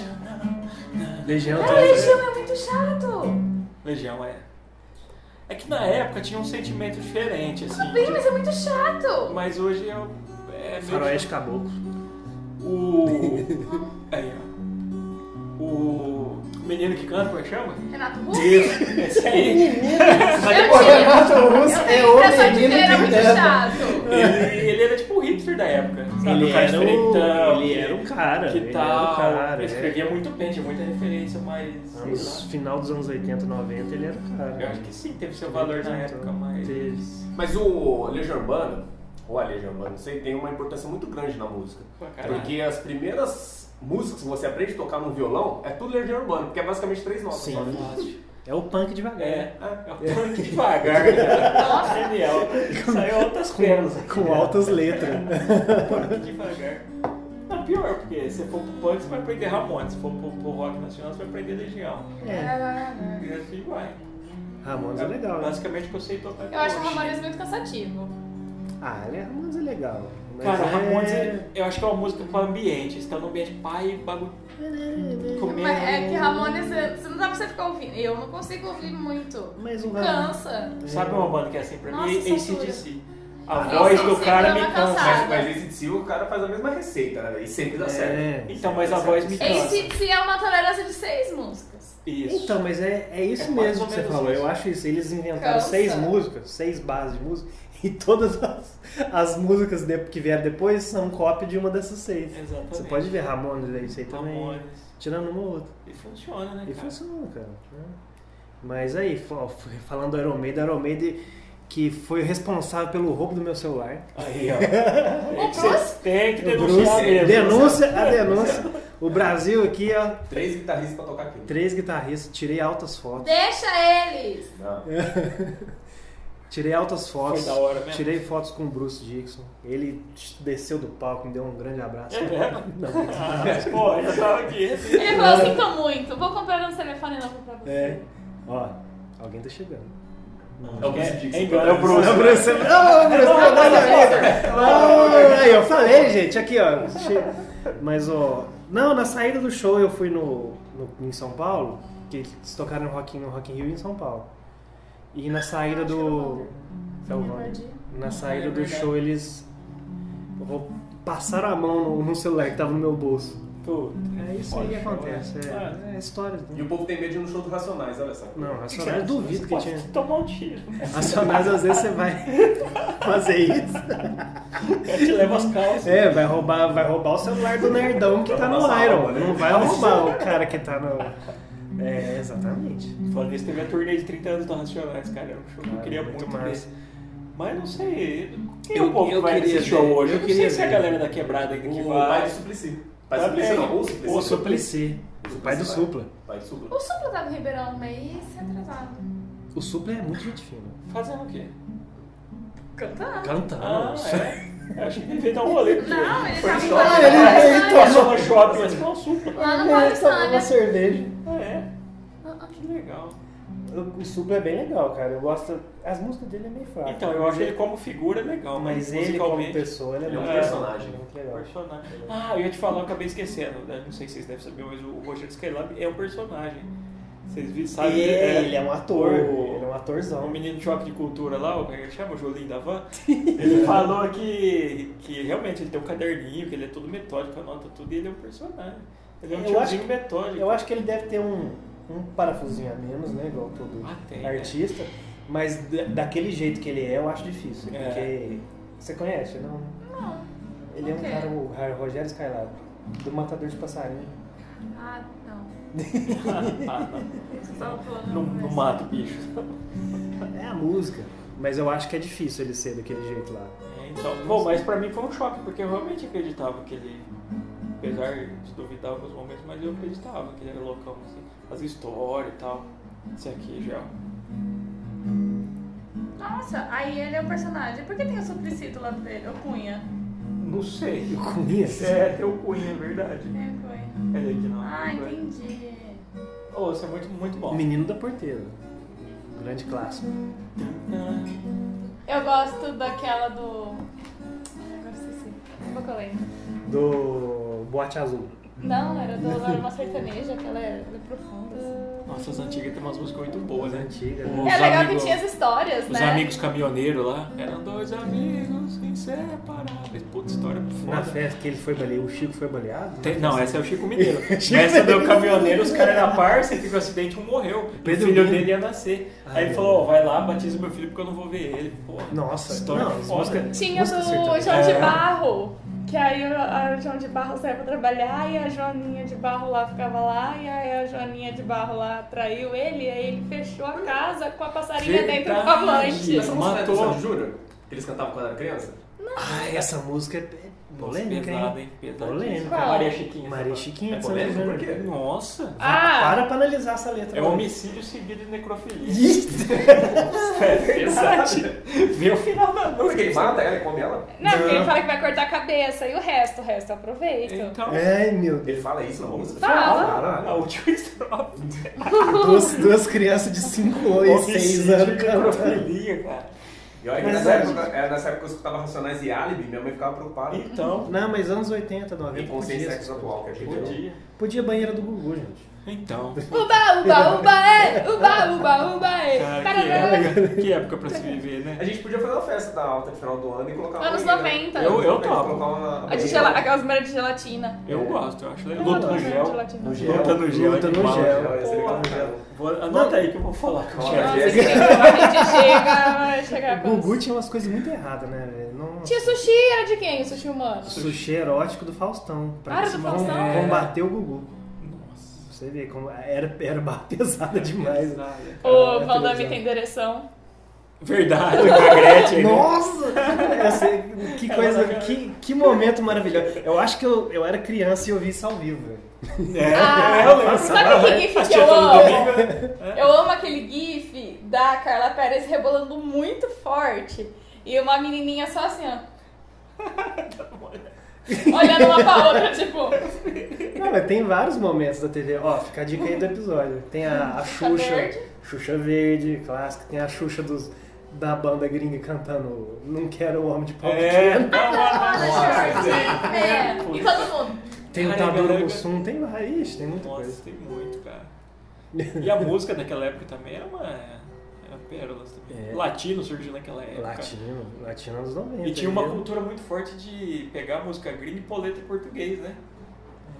S3: né?
S1: Tá
S3: Legião, eu
S2: Cara,
S3: tô
S2: Legião é muito chato.
S1: Legião, é. É que na época tinha um sentimento diferente, assim.
S2: Bem, mas é muito chato.
S1: Mas hoje eu. É meio-
S3: Faroeste Caboclo.
S1: O. Aí, ó. O. Menino que canta, como é que chama?
S2: Renato Russo.
S1: Esse aí.
S2: Eu
S3: O
S2: tinha.
S3: Renato Russo
S2: Eu
S3: é
S2: tenho a
S3: o
S2: impressão de que ele era
S3: menino que
S2: muito
S3: canta.
S2: chato.
S1: Ele, ele era tipo o hipster da época. Sabe?
S3: Ele
S1: o cara
S3: era o-
S1: diferentão,
S3: ele
S1: que-
S3: era o cara,
S1: Que
S3: ele
S1: tal?
S3: era o cara,
S1: Ele
S3: é.
S1: escrevia muito bem, tinha muita referência, mas. sei
S3: Nos
S1: lá.
S3: final dos anos 80, 90, ele era o cara. Então,
S1: Eu acho que sim, teve seu valor na época, mas.
S3: Teve.
S4: Mas o Legião Urbana, ou a Legião Urbana, não sei, tem uma importância muito grande na música.
S1: Pô, caralho.
S4: Porque as primeiras músicas que você aprende a tocar no violão é tudo Legião Urbana, porque é basicamente três notas.
S3: Sim.
S4: só.
S3: É o punk devagar.
S1: É,
S3: né?
S1: é o punk devagar, cara. Nossa, genial. Saiu altas pérolas aqui.
S3: Com altas letras.
S1: Punk devagar. Não, pior, porque se for pro punk, você vai aprender Ramones. Se for pro, pro rock nacional, você vai aprender Legião.
S3: É.
S1: E assim vai.
S3: Ramones é legal, né?
S1: Basicamente, o que eu sei tocar. até
S2: Eu acho o
S1: hoje.
S2: Ramones muito cansativo.
S3: Ah, ele é- Ramones é legal. Mas
S1: Cara,
S3: é...
S1: Ramones, é- eu acho que é uma música pro ambiente. Você tá no ambiente pai, bagulho. Comendo.
S2: Mas é que Ramones, é- você não dá pra você ficar ouvindo. Eu não consigo ouvir muito.
S3: Mas o Ramones...
S2: Cansa.
S1: Sabe uma banda que é assim pra
S2: Nossa,
S1: mim?
S2: censura.
S1: ACDC. A
S2: Ah,
S1: voz
S2: não.
S1: do cara me
S2: Sim, sim,
S1: cansa.
S2: sim,
S4: Mas, mas esse de si, o cara faz a mesma receita, né? E sempre dá
S3: É.
S4: certo.
S1: Então, mas a voz me cansa.
S2: Esse se é uma tolerância de seis músicas.
S1: Isso.
S3: Então, mas é, é isso
S1: É mais
S3: mesmo
S1: ou
S3: que você
S1: menos
S3: falou.
S1: isso.
S3: Eu acho isso. Eles inventaram
S2: Cansa.
S3: seis músicas, seis bases de música, e todas as, as músicas de- que vieram depois são cópia de uma dessas seis.
S1: Exatamente. Então,
S3: Você pode ver Ramones aí, isso aí também.
S1: Ramones.
S3: Tirando uma ou outra.
S1: E funciona, né,
S3: E
S1: cara?
S3: funciona, cara. né? Mas aí, fa- falando do Iron Maiden, Iron Maiden que foi responsável pelo roubo do meu celular.
S1: Aí, ó.
S2: O Bruce,
S1: Tem que é
S3: O
S1: denunciar
S3: Bruce-
S1: mesmo.
S3: denúncia, a denúncia. O Brasil aqui, ó,
S4: Três guitarristas pra tocar aquilo.
S3: três guitarristas, tirei altas fotos.
S2: deixa eles.
S4: Não.
S3: Tirei altas fotos.
S1: Foi da hora mesmo.
S3: Tirei fotos com o Bruce Dixon. Ele desceu do palco, me deu um grande abraço.
S1: É mesmo?
S3: Não,
S1: Ah, Pô, eu tava aqui.
S2: Ele falou, sinto muito. Vou comprar um telefone novo pra você.
S3: é. Ó, alguém tá chegando.
S4: É o Bruce
S1: É,
S4: Dixon.
S1: é, engano, é o Bruce.
S3: Não, Bruce, não, Bruce, não, não, não, não, não. Aí, eu falei, gente, aqui, ó. che- Mas, ó, não, na saída do show eu fui no, no- em São Paulo, que eles tocaram no Rock, in- no Rock in Rio em São Paulo. E na saída do... É o Wander. Na saída do show eles rou- passaram a mão no, no celular que tava no meu bolso.
S1: Puta.
S3: É isso aí que acontece, é, é história.
S4: E o povo tem medo de ir no show dos Racionais, olha só.
S3: Não, Racionais eu duvido que
S1: Pode
S3: tinha...
S1: tomar um tiro.
S3: Racionais às vezes você vai fazer isso.
S1: Eu te levo as calças.
S3: É, vai roubar, vai roubar o celular do nerdão que tá no Iron. Não vai roubar o cara que tá no. É, exatamente.
S1: Falando nisso, teve a turnê de 30 anos do Racionais, cara. Era um show que eu
S3: Cara,
S1: queria
S3: Ah, muito
S1: muito
S3: massa.
S1: ver. Mas não sei. Quem
S3: Eu-
S1: é o povo
S3: eu
S1: que vai
S3: queria
S1: nesse show
S3: ver,
S1: hoje?
S3: eu
S1: Eu não sei
S3: queria
S1: se é a
S3: ver.
S1: galera da quebrada que
S4: O
S1: vai.
S4: pai do Suplicy. Pai do
S1: Também.
S4: Suplicy não, o Suplicy.
S1: O
S3: O Suplicy. O pai do Supla.
S4: Pai do Supla.
S2: O Supla tava em Ribeirão é mês atrasado.
S3: O Supla é muito gente fina.
S1: Fazendo o quê?
S2: Cantando.
S1: Ah,
S3: Cantando.
S1: é. Eu achei que ele veio dar um rolê. porque
S2: Não, ele
S1: foi
S2: tava em
S1: shopping.
S3: Ah, ele
S2: Guarulhos,
S3: veio,
S2: né?
S3: então.
S1: Passou no shopping, mas foi um super.
S2: Lá no Paulo Sânia.
S3: cerveja.
S1: Ah, é? Que legal.
S3: Tá. O Supla é bem legal, cara. Eu gosto. As músicas dele é meio fraca.
S1: Então, eu acho ele como figura legal, mas,
S3: Mas ele, como
S1: musicalmente...
S3: pessoa, ele é
S4: Ele é
S3: muito
S4: um personagem.
S3: legal. Muito legal.
S1: personagem. Ah, eu ia te falar, eu acabei esquecendo. né? Não sei se vocês devem saber, mas o Roger Skylab é um personagem. Vocês vi- sabem?
S3: É,
S1: né?
S3: ele é um ator.
S1: O-
S3: Ele é um
S1: Um
S3: atorzão.
S1: menino de choque de cultura lá, o como é que ele chama? O Jolim da Van. Ele falou que, que realmente ele tem um caderninho, que ele é todo metódico, anota tudo e ele é um personagem. Ele é um
S3: Eu acho
S1: tiozinho
S3: que-
S1: metódico.
S3: Eu acho que ele deve ter um, um parafusinho a menos, né? Igual todo
S1: Ah, tem, né?
S3: artista. Mas da- daquele jeito que ele é, eu acho difícil.
S1: É.
S3: Porque. Você conhece, não? né?
S2: Não.
S3: Ele é um
S2: Ok.
S3: cara, o Ra- Rogério Skylab, do Matador de Passarinho.
S2: Ah, não. Ah, Você
S1: Não,
S2: tava falando.
S1: não,
S2: mas-
S1: mata o bicho.
S3: É a música. Mas eu acho que é difícil ele ser daquele jeito lá.
S1: É, então, bom, mas pra mim foi um choque, porque eu realmente acreditava que ele, apesar de duvidar em alguns momentos, mas eu acreditava que ele era loucão, assim, as histórias e tal. Isso aqui já.
S2: Nossa, aí ele é o personagem. Por que tem o Supricito lá dele? O Cunha.
S1: Não sei.
S3: Eu conheço.
S1: É, teu cunho, é verdade.
S2: É, Cunha.
S1: É ele que não.
S2: Ah,
S1: não é.
S2: entendi.
S1: Oh, isso é muito, muito
S3: O
S1: bom.
S3: Menino da Porteira. Grande clássico.
S1: Ah,
S2: Eu gosto daquela do. Agora esqueci. Como que eu lembro?
S3: Do Boate Azul.
S2: Não, era do era uma sertaneja, que ela é ela é profunda. assim.
S1: Nossa, as antigas tem umas músicas muito boas, né?
S3: Antiga,
S1: Os
S3: né?
S2: É legal
S1: amigos-
S2: que tinha as histórias,
S1: Os
S2: né?
S1: amigos caminhoneiros lá. Eram dois amigos inseparáveis. Puta história
S3: Na
S1: foda.
S3: festa que ele foi baleado, o Chico foi baleado? né?
S1: Tem- não, essa é o Chico Mineiro. essa do caminhoneiro, os caras eram parça e teve um acidente, um morreu. E
S3: Pedro
S1: o filho
S3: Mino.
S1: dele ia nascer.
S3: Ai,
S1: Aí ele
S3: meu
S1: falou, ó,
S3: Deus.
S1: vai lá, batiza meu filho porque eu não vou ver ele. Pô,
S3: Nossa,
S1: história
S3: não,
S1: foda.
S3: música-
S2: Tinha do
S3: Música sertaneja.
S2: João de
S1: É.
S2: Barro, que aí o, a- o João de Barro saía pra trabalhar e a Joaninha de Barro lá ficava lá, e aí a Joaninha de Barro lá traiu ele, e aí ele fechou a casa com a passarinha dentro do
S1: Verdade.
S2: amante.
S4: Essa música
S1: Matou.
S4: não é do Sandy Júnior? Que eles cantavam quando era criança?
S3: Ah, essa música é
S1: Nossa,
S3: polêmica,
S1: pesada,
S3: hein?
S1: hein? Pesada.
S3: Polêmica.
S2: Qual?
S1: Maria Chiquinha.
S3: Maria
S1: essa
S3: Chiquinha,
S4: É
S3: de São
S4: polêmico,
S3: Leandro.
S4: por quê?
S1: parte. Nossa.
S2: Ah,
S3: Para pra analisar essa letra.
S1: É
S3: né?
S1: homicídio seguido de necrofilia.
S3: Ih,
S1: É verdade. Vê o final da
S4: Mas que
S1: música.
S4: ele mata ela e come ela?
S2: não, porque ele
S3: Não.
S2: fala que vai cortar a cabeça, e o resto, o resto aproveita.
S1: Então,
S3: Ai, meu Deus.
S4: Ele fala isso na música?
S2: Fala.
S1: a última é estrofe.
S3: Duas, duas crianças de 5 e 6
S1: Homicídio
S3: anos
S1: de
S3: cantando.
S1: necrofilia, cara.
S4: E olha que
S3: Mas
S4: nessa
S3: é.
S4: época, é, nessa época eu escutava Racionais e Alibi, minha mãe ficava preocupada.
S1: Então,
S3: Não, mas anos 80, 90.
S4: Inconsciência
S3: Podia,
S4: sexo atual, que a gente não-
S1: podia.
S3: podia banheira do Gugu, gente.
S1: Então,
S2: Uba, uba, uba, é! Uba, uba, uba, é!
S1: cara, que
S2: Tarará.
S1: época, que época pra se viver, né?
S4: A gente podia fazer uma festa da alta de final do ano e colocar uma
S2: Anos
S4: banheira.
S2: 90.
S1: Eu- eu topo.
S4: Colocar uma-
S2: A de gela, aquelas merdas de gelatina.
S1: Eu
S4: É.
S1: gosto, eu acho legal.
S2: Eu
S1: Luta no
S2: adoro
S1: gel.
S2: gelatina.
S4: No gel.
S1: Luta no gel.
S3: Luta no
S1: animal.
S3: gel.
S4: ia ser legal.
S1: Vou- anota aí que eu vou falar com o
S4: Fala.
S1: chefe.
S2: Nossa, gente, a gente chega, vai chegar com
S3: Gugu tinha umas coisas muito erradas, né, velho? Nossa.
S2: Tinha sushi, era de quem? O sushi humano?
S3: Sushi erótico do Faustão.
S2: Ah,
S3: Pra
S2: era
S3: se
S2: do
S3: com-
S2: Faustão?
S3: combater o Gugu.
S1: É. Nossa.
S3: Você vê como era, era barra pesada demais. né?
S2: O
S3: é,
S2: Valdame
S3: televisão.
S2: tem direção.
S1: Verdade, com a Gretchen. né?
S3: Nossa! Essa, que
S1: É
S3: coisa, que, que momento maravilhoso. Eu acho que eu, eu era criança e eu vi isso ao vivo. velho.
S1: É,
S2: Ah,
S1: eu lembro.
S2: sabe o que gif que
S1: Assistia
S2: eu
S1: todo
S2: amo?
S1: domingo, né?
S2: Eu amo aquele gif da Carla Pérez rebolando muito forte. E uma menininha só assim, ó. Olhando uma pra outra, tipo...
S3: Cara, tem vários momentos da TV. Ó, fica a dica aí do episódio. Tem a, a Xuxa.
S2: Verde.
S3: Xuxa Verde, clássica. Tem a Xuxa dos, da banda gringa cantando Não Quero o Homem de Pau
S1: É,
S3: Pequeno.
S1: não, não, não.
S2: Short, é. E todo mundo.
S3: Tem o
S1: Caralho,
S3: Tadouro
S1: galera.
S3: Mussum. Tem vários. Ixi, Tem muita
S1: Nossa,
S3: coisa.
S1: tem muito, cara. E a música daquela época também era uma. Era pérolas também.
S3: É.
S1: Latino surgiu naquela época.
S3: Latino. Latino anos 90.
S1: É, E tinha uma
S3: entendeu?
S1: cultura muito forte de pegar música gringa e pôr letra em português, né?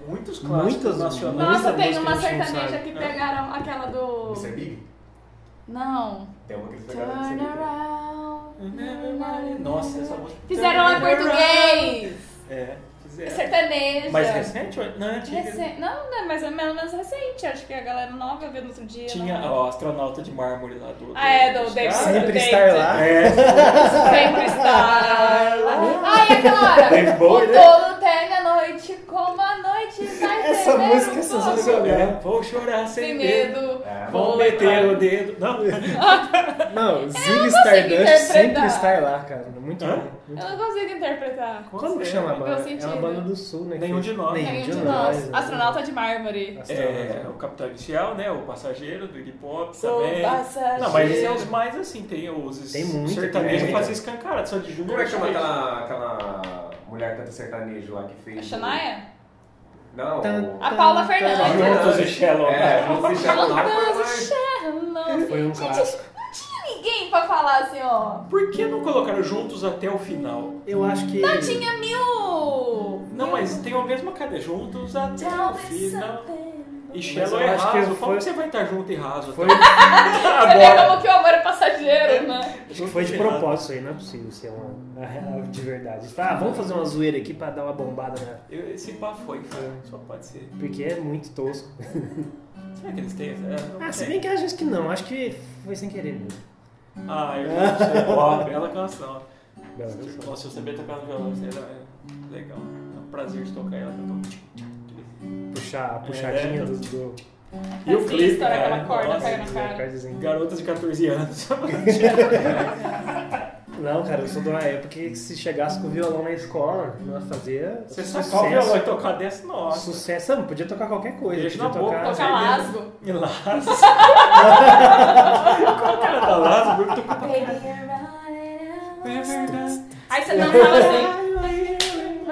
S1: Muitos clássicos
S3: Muitas-
S1: nacionais.
S2: Nossa,
S3: Muita
S2: tem
S3: música
S2: uma
S3: que a gente não
S2: sertaneja
S3: sabe.
S2: que pegaram aquela do...
S4: Isso é Big?
S2: Não.
S4: Tem uma que eles
S2: Turn
S4: pegaram desse Big. né?
S2: around.
S1: Nossa, essa música.
S2: Fizeram lá português.
S1: É, fizeram.
S2: Sertaneja.
S1: Mais recente? ou- Não, é antiga.
S2: Recen- Não, né, mas é menos recente. Acho que a galera nova viu no outro dia.
S1: Tinha
S2: né?
S1: ó, o astronauta de mármore lá do.
S2: Ah, é, do
S1: dos
S2: David.
S1: caras.
S3: Sempre
S2: Tem-
S3: estar lá.
S2: Sempre estar lá. Ai, aquela hora.
S1: Dave Bowie,
S2: o
S1: né?
S2: dono teme a noite, como a noite vai
S3: Essa
S2: tremer um
S3: música é
S2: pouco.
S3: sensacional.
S1: É, Vou chorar sem,
S2: Sem
S1: medo.
S2: medo.
S4: É,
S1: Vou meter o dedo. Não,
S3: Não, Zig
S2: interpretar.
S3: Stardust sempre está lá, cara. Muito
S1: Hã?
S3: bom.
S2: Eu
S3: Muito
S2: não consigo interpretar.
S1: Com
S3: Como que
S1: certeza.
S3: chama a
S2: Não
S3: banda?
S2: faz
S3: É uma
S2: sentido.
S3: banda do sul, né?
S1: Nenhum de nós.
S3: Nenhum,
S2: Nenhum
S3: de,
S2: de
S3: nós.
S2: nós. Astronauta de mármore.
S1: É, o
S3: Astronauta.
S1: Capitão Inicial, né? O Passageiro do hip hop
S2: Sou
S1: também.
S2: passageiro.
S1: Não, mas esses são os mais assim, tem os
S3: Tem muito,
S1: sertanejos
S4: tem
S1: fazem
S4: muito.
S1: escancarado, só de Júnior.
S4: Como é que chama
S1: Júnior.
S4: aquela, aquela mulher que canta sertanejo lá que
S2: É
S4: fez?
S2: Xanaia?
S4: Não.
S3: Tan- Ah,
S2: A Paula
S3: tan-
S2: Fernandes.
S1: Juntos e Shallow.
S4: É, Juntos e Shallow Now foi
S2: Falando
S4: mais-
S2: Shallow.
S3: Foi um
S2: Gente,
S3: clássico.
S2: não tinha ninguém pra falar assim, ó.
S1: Por que não colocaram juntos até o final?
S3: Eu acho que.
S2: Não tinha mil.
S1: Não, mas tem a mesma cara. é Juntos até
S2: Tell
S1: o
S2: me
S1: final.
S2: something.
S1: E
S3: Mas
S1: Shallow
S3: eu
S1: é
S3: acho que
S1: raso.
S3: foi-
S1: Como que você vai estar junto e raso? Então,
S3: Foi,
S1: Tá
S2: Você vê como que o amor é passageiro, né?
S3: acho que foi de propósito aí, não é possível ser uma, a real de verdade. Tipo, ah, vamos fazer uma zoeira aqui pra dar uma bombada, né?
S1: Eu, esse pá foi, cara. Só pode ser.
S3: Porque é muito tosco.
S1: Será que eles têm essa? É, não
S3: Ah, se
S1: tem.
S3: bem que a gente que não, acho que foi sem querer mesmo.
S1: Ah, eu não sei. Ó, bela canção.
S3: Bela canção.
S1: Nossa, eu sabia tocar tá no violão, isso era legal. É um prazer de tocar ela.
S3: Puxar a puxadinha
S1: É.
S3: do, do
S1: E o
S2: Assim,
S1: clipe,
S2: estoura
S1: cara,
S2: aquela corda,
S1: nossa,
S2: pega na cara.
S3: Cardezinho.
S1: Garotas de 14 anos.
S3: Não, cara, eu sou de uma época que se chegasse com violão na escola, nós fazia
S1: Você
S3: sucesso.
S1: sacar o violão e tocar dessa, nossa.
S3: Sucesso, não, podia tocar qualquer coisa.
S1: Deixa
S3: podia
S1: na boca,
S3: tocar...
S1: toca
S2: Tocar lasgo.
S1: E Lazo. Qual que era da Lazo? Eu tô com
S2: Aí você dançava assim.
S1: A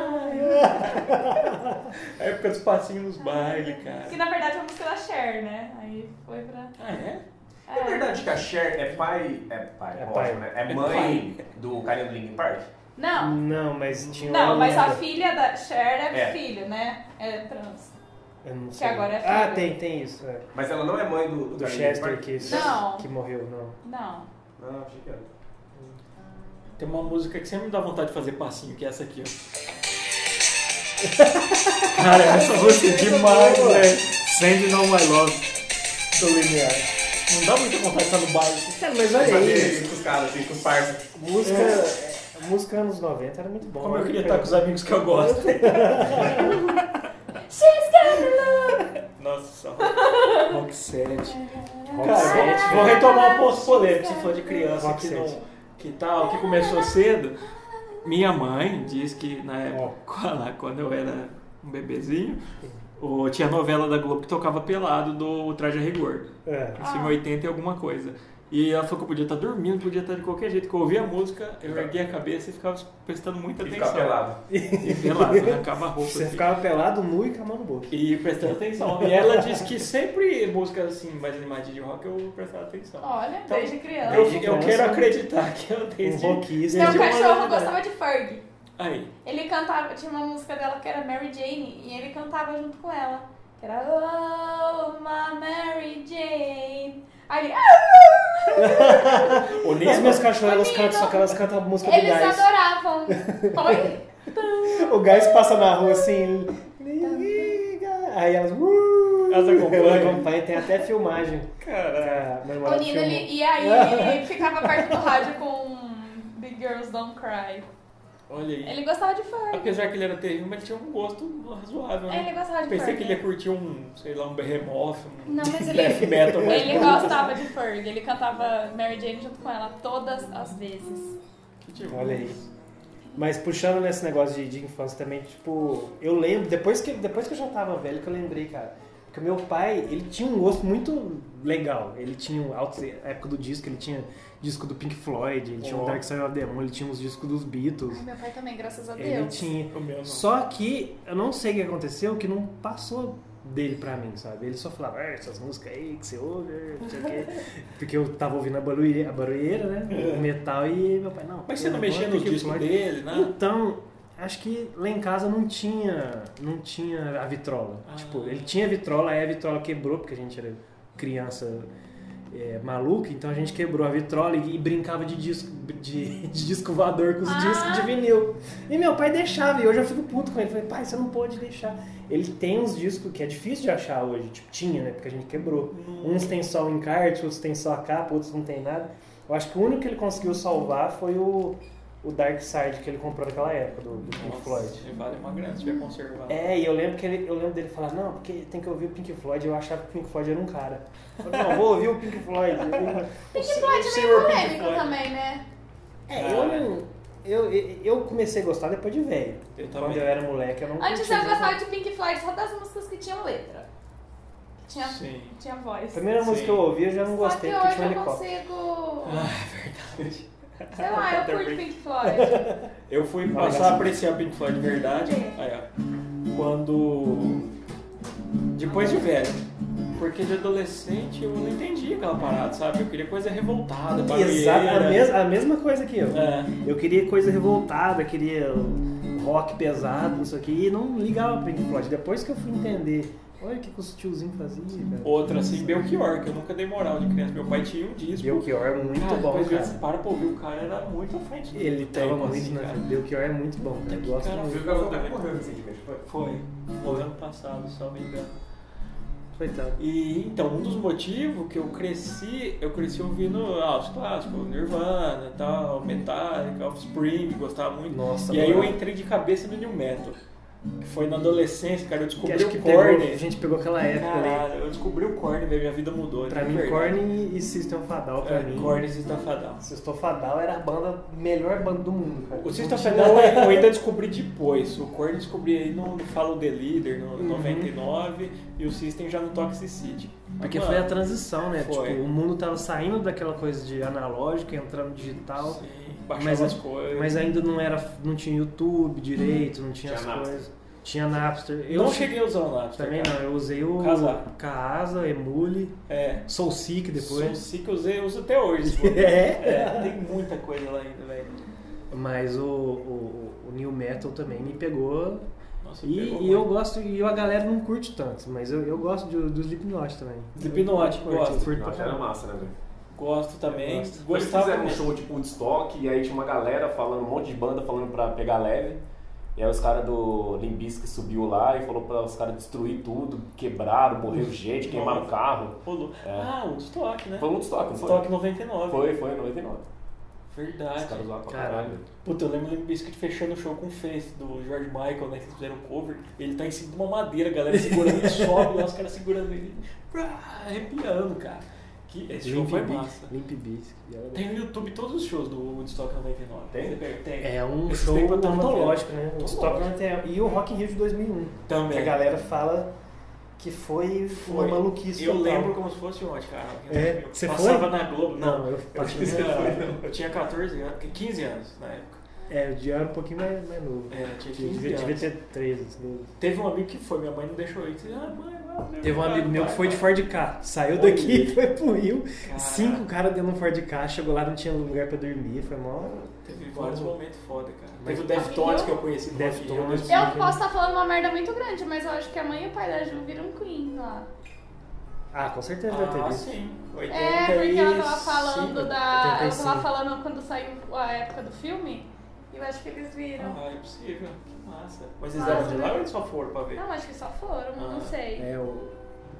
S1: É época dos passinhos nos bailes, cara.
S2: Que na verdade é uma música da Cher, né? Aí foi pra.
S1: Ah, é?
S4: É verdade que a Cher é pai. É pai,
S3: É
S4: ótimo,
S3: pai.
S4: né? É
S1: É
S4: mãe do carinha do Linkin Park?
S2: Não,
S3: Não, mas tinha
S2: não,
S3: uma
S2: mas a
S3: lenda.
S2: filha da Cher é,
S4: É.
S2: filha, né? É trans.
S3: Eu não
S2: que
S3: sei.
S2: agora é
S3: Ah,
S2: filha.
S3: tem, tem isso. é.
S4: Mas ela não é mãe do, do,
S3: Do
S4: carinha
S3: Chester
S4: Linkin
S3: que,
S2: Não.
S3: que morreu, não.
S2: Não.
S4: Park? Não, Ah, achei que era.
S1: Tem uma música que sempre me dá vontade de fazer passinho, que é essa aqui, ó. Cara, essa música é demais, velho. Send Now My Love.
S3: Do linear.
S1: Não dá muita vontade de estar no baile. assim.
S3: Cara, É, mas
S4: Eu
S3: olha
S4: fazia
S3: aí.
S4: isso com os caras, assim, com os parceiros.
S3: Música, é, música anos 90 era muito bom.
S1: é.
S3: né?
S1: Como eu queria estar com os amigos é que eu gosto.
S2: She's got
S1: Nossa, só.
S3: Rock 7. Rock
S1: Cara,
S3: 7.
S1: vou retomar um ponto polêmico. Você falou de criança
S3: Rock
S1: que,
S3: set.
S1: não, que tal, que começou cedo. Minha mãe diz que na época, lá, quando eu era um bebezinho, o- tinha novela da Globo que tocava pelado do Traje a Rigor.
S3: É.
S1: Isso em 80 e alguma coisa. E ela falou que eu podia estar dormindo, podia estar de qualquer jeito. Que eu ouvia a música, eu erguia a cabeça e ficava prestando muita
S4: E
S1: atenção.
S4: ficar pelado.
S1: E pelado, arrancava a roupa.
S3: Você
S1: assim.
S3: ficava pelado, nu e com a mão no bolso.
S1: E prestando atenção. E ela disse que sempre música assim, mais animadinha de rock, eu prestava atenção.
S2: Olha, desde criança.
S1: Então, Eu,
S3: Desde
S1: eu
S3: criança.
S1: quero acreditar que eu
S3: Um
S1: desde...
S3: rockista.
S2: Meu
S1: desde uma
S2: cachorro
S1: hora,
S2: gostava de Ferg.
S1: Aí.
S2: Ele cantava, tinha uma música dela que era Mary Jane e ele cantava junto com ela. Que era Oh, my Mary Jane. Aí ele. "Ah!"
S1: O
S3: As minhas cachorras, elas
S2: Amigo.
S3: cantam, só que elas cantam a música
S1: é
S3: do
S2: Eles
S3: gás.
S2: adoravam. Oi?
S3: O gás passa na rua assim. Liga. Aí elas. Uh,
S1: Elas acompanham.
S3: elas acompanham, Tem até filmagem.
S1: Cara,
S3: A
S2: O
S3: memória
S2: Nino, ele, e aí ele ficava perto do rádio com Big Girls Don't Cry.
S1: olha aí.
S2: Ele gostava de Ferg.
S1: Apesar que ele era terrível, mas ele tinha um gosto razoável, né?
S2: Ele gostava de
S1: Pensei que
S2: Ferg.
S1: ele ia curtir um, sei lá, um behemoth, um
S2: Não, mas
S1: death
S2: ele.
S1: metal. mas-
S2: Ele gostava de Ferg. Ele cantava Mary Jane junto com ela todas as vezes.
S1: Que tipo,
S3: Olha aí. Mas puxando nesse negócio de, de infância também, tipo, eu lembro, depois que, depois que eu já tava velho, que eu lembrei, cara. Porque meu pai, ele tinha um gosto muito legal. Ele tinha um alto, a época do disco, ele tinha disco do Pink Floyd, ele tinha
S1: Ó.
S3: um Dark Side of the Moon, ele tinha uns discos dos Beatles.
S2: Ai, meu pai também, graças a
S3: Ele
S2: Deus.
S3: tinha.
S1: O meu não.
S3: Só que eu não sei o que aconteceu, que não passou dele pra mim, sabe? Ele só falava, "Ah, essas músicas aí que você ouve, não sei o quê. Porque eu tava ouvindo a barulheira, a barulheira né? O metal e meu pai, não.
S1: É. Mas você não
S3: agora
S1: mexia
S3: tem
S1: no
S3: que
S1: disco
S3: falar-
S1: dele, né?
S3: Então, acho que lá em casa não tinha, não tinha a vitrola.
S1: Ah.
S3: Tipo, ele tinha a vitrola, aí a vitrola quebrou, porque a gente era criança é, maluca, então a gente quebrou a vitrola e, e brincava de disco, de, de disco voador com os
S2: Ah.
S3: discos de vinil. E meu pai deixava, e hoje eu fico puto com ele. Falei, pai, você não pode deixar. Ele tem uns discos que é difícil de achar hoje, tipo, tinha, né? Porque a gente quebrou.
S1: Hum.
S3: Uns tem só o encarte, outros tem só a capa, outros não tem nada. Eu acho que o único que ele conseguiu salvar foi o, o Dark Side que ele comprou naquela época, do, do Pink Floyd.
S1: Nossa, vale uma grana, se tiver conservado.
S3: É, e eu lembro, que ele, eu lembro dele falar, não, porque tem que ouvir o Pink Floyd, eu achava que o Pink Floyd era um cara. Eu falei, não, vou ouvir o Pink Floyd.
S2: Pink Floyd é meio
S1: Senhor Pink
S2: polêmico
S1: Floyd.
S2: também, né?
S3: É, eu não. Eu, eu comecei a gostar depois de velho.
S1: Eu
S3: Quando
S1: também.
S3: eu era moleque, eu não
S2: Antes
S3: curtia
S2: eu gostava
S3: muito.
S2: de Pink Floyd só das músicas que tinham letra. Que tinha,
S1: Sim.
S2: tinha voz.
S3: A primeira
S1: Sim.
S3: música que eu ouvi, eu já não
S2: Só
S3: gostei,
S2: que
S3: porque
S2: hoje
S3: tinha um
S2: eu
S3: helicóptero.
S2: consigo.
S1: Ah, é verdade.
S2: Sei lá, eu curto
S1: Também.
S2: Pink Floyd.
S1: Eu fui
S3: Não,
S1: passar
S3: legal.
S1: a apreciar Pink Floyd de verdade aí, ó, quando. Depois de velho. Porque de adolescente eu não entedia aquela parada, sabe? Eu queria coisa revoltada, barulheira.
S3: Exato, a, mes a mesma coisa que eu.
S1: É.
S3: Eu queria coisa revoltada, queria rock pesado, não sei o que, e não ligava pra Pink Floyd. Depois que eu fui entender Olha o que, que os tiozinhos faziam, velho.
S1: Outra, assim, Belchior, que eu nunca dei moral de criança. Meu pai tinha um disco.
S3: Belchior é muito
S1: Cara,
S3: bom,
S1: depois
S3: cara.
S1: você para pra ouvir, o cara era muito à frente. do
S3: Ele
S1: tempo,
S3: tava muito
S1: assim,
S3: na
S1: cara.
S3: frente. Belchior é muito bom, cara. Eu gosto
S1: cara
S4: Você
S3: muito.
S4: viu que ela também morreu recentemente, foi?
S1: Foi, no ano passado, se eu não me engano.
S3: Coitado.
S1: E então, um dos motivos que eu cresci, eu cresci ouvindo ah, os clássicos, Nirvana, tal, Metallica, Offspring, gostava muito.
S3: Nossa,
S1: e aí eu
S3: mano.
S1: entrei de cabeça no New Metal. Que foi na adolescência, cara, eu
S3: Que
S1: descobri
S3: acho
S1: o
S3: que pegou, a
S1: Korn.
S3: gente pegou aquela época ali.
S1: Caralho, eu descobri o Korn, velho, minha vida mudou.
S3: Pra
S1: de
S3: mim,
S1: verdade.
S3: Korn e System Fadal, pra
S1: É,
S3: mim.
S1: Korn e System of a Down.
S3: System Fadal era a banda, melhor banda do mundo, cara.
S1: O System
S3: Não
S1: of a
S3: tinha-
S1: Down é eu ainda descobri depois. O Korn eu descobri aí no, no Follow the Leader, no
S3: Uhum.
S1: 99, e o System já no Toxicity.
S3: Porque
S1: Mano,
S3: foi a transição, né?
S1: Foi.
S3: Tipo, o mundo tava saindo daquela coisa de analógico, entrando no digital.
S1: Sim, baixava
S3: Mas-
S1: as coisas.
S3: Mas ainda não era, não tinha YouTube direito, não tinha,
S4: Tinha
S3: as
S4: Napster.
S3: coisas. Tinha Napster. Eu
S1: não cheguei a usar o tá Napster.
S3: também
S1: cara.
S3: não, eu usei o
S1: Casa.
S3: Casa, Emule,
S1: É.
S3: Soul Seek
S1: Depois.
S3: depois.
S1: Soul que eu usei, eu uso até hoje. se for.
S3: É?
S1: É, Tem muita coisa lá ainda, velho.
S3: Mas o, o, o New Metal também me pegou.
S1: Nossa,
S3: E,
S1: pegou
S3: e eu gosto, e a galera não curte tanto, mas eu, eu gosto do, do Slipknot também.
S1: Slipknot,
S3: Eu curto,
S1: gosto.
S3: curto pra
S4: Nossa, era
S3: caralho.
S4: massa, né, velho?
S1: Gosto também.
S3: Eu gosto.
S4: Eles
S1: Gostava
S4: fizeram um
S1: também.
S4: show tipo Woodstock e aí tinha uma galera falando, um monte de banda falando pra pegar leve. E aí os caras do Limbisca subiu lá e falou pra os caras destruir tudo, quebraram, morreu gente, queimaram o carro.
S1: Rolou.
S4: É.
S1: Ah, o Stock, né?
S4: Foi um Woodstock, não foi?
S1: Woodstock 99.
S4: Foi, foi, 99. Os caras
S1: Verdade.
S4: lá pra
S3: Caralho.
S4: caralho.
S1: Puta, eu lembro do Limp Bizkit fechando o show com o Face do George Michael, né? Que eles fizeram um cover. Ele tá em cima de uma madeira, a galera segurando ele sobe, lá os caras segurando ele. brá, Arrepiando, cara. Que, esse show
S3: Limp
S1: foi
S3: Biz-
S1: massa.
S3: Limp Bizkit.
S1: Tem no YouTube todos os shows do Woodstock 99.
S4: Tem?
S1: Você pega- Tem.
S3: É um
S1: Esse
S3: show
S1: tempo eu tava
S3: antológico, né? O
S1: Antológico.
S3: Stop Anthem. E o Rock in Rio de 2001. Que
S1: Também.
S3: a galera fala que foi,
S1: Foi.
S3: uma maluquice
S1: Eu
S3: total.
S1: lembro como se fosse ontem, cara.
S3: É?
S1: Eu
S3: Você
S1: passava
S3: foi?
S1: na Globo. Não,
S3: Não, eu passei.
S1: tinha, eu tinha 14 anos, 15 anos na época.
S3: É, o Diário é um pouquinho mais, mais novo.
S1: É, eu tinha
S3: Eu
S1: 15
S3: devia, devia
S1: anos.
S3: ter assim, 13, 12.
S1: Teve um amigo que foi, minha mãe não deixou ir. Disse, ah, mãe, vai, vai,
S3: Teve um
S1: vai,
S3: amigo meu que
S1: vai,
S3: foi de
S1: vai.
S3: Ford K. Saiu
S1: Olha.
S3: daqui e foi pro Rio.
S1: Caraca.
S3: Cinco caras dentro de um Ford K. Chegou lá, não tinha lugar pra dormir. Foi mó...
S1: Teve vários momentos foda, cara.
S3: Mas-
S1: Teve o Deftones que eu conheci no Rock in Rio,
S3: Deftones.
S1: mas-
S2: Eu posso estar falando uma merda muito grande, mas eu acho que a mãe e o pai da Ju viram Queen lá.
S3: Ah, com certeza deve ter
S1: Ah,
S3: visto.
S1: sim.
S2: É, porque ela tava falando
S1: 85.
S2: da. Ela
S3: 85.
S2: tava falando quando saiu a época do filme. E eu acho que eles viram.
S1: Ah, é possível. Que massa. Mas eles
S2: Ah,
S1: eram de
S2: né?
S1: lá ou eles só foram pra ver?
S2: Não, acho que só foram,
S1: Ah,
S2: não sei.
S3: É, o...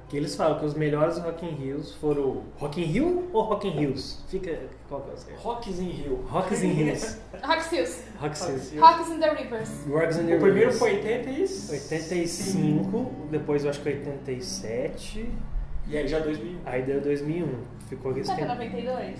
S3: Que eles falam que os melhores Rock in Rios foram Rock in Rio ou Rock in Rios? Fica... Qual que é o certo?
S1: Rocks in Rio.
S3: Rocks in Rios.
S2: Rock Seals.
S3: Rock Seals.
S2: Rocks in the Rivers.
S3: Rocks in
S1: O
S3: the
S1: primeiro
S3: Rios.
S1: foi 86.
S3: 85, depois eu acho que 87,
S1: E aí já 2000.
S3: aí deu 2001. Ficou aqui esse
S2: Será que é
S3: tempo.
S2: 92?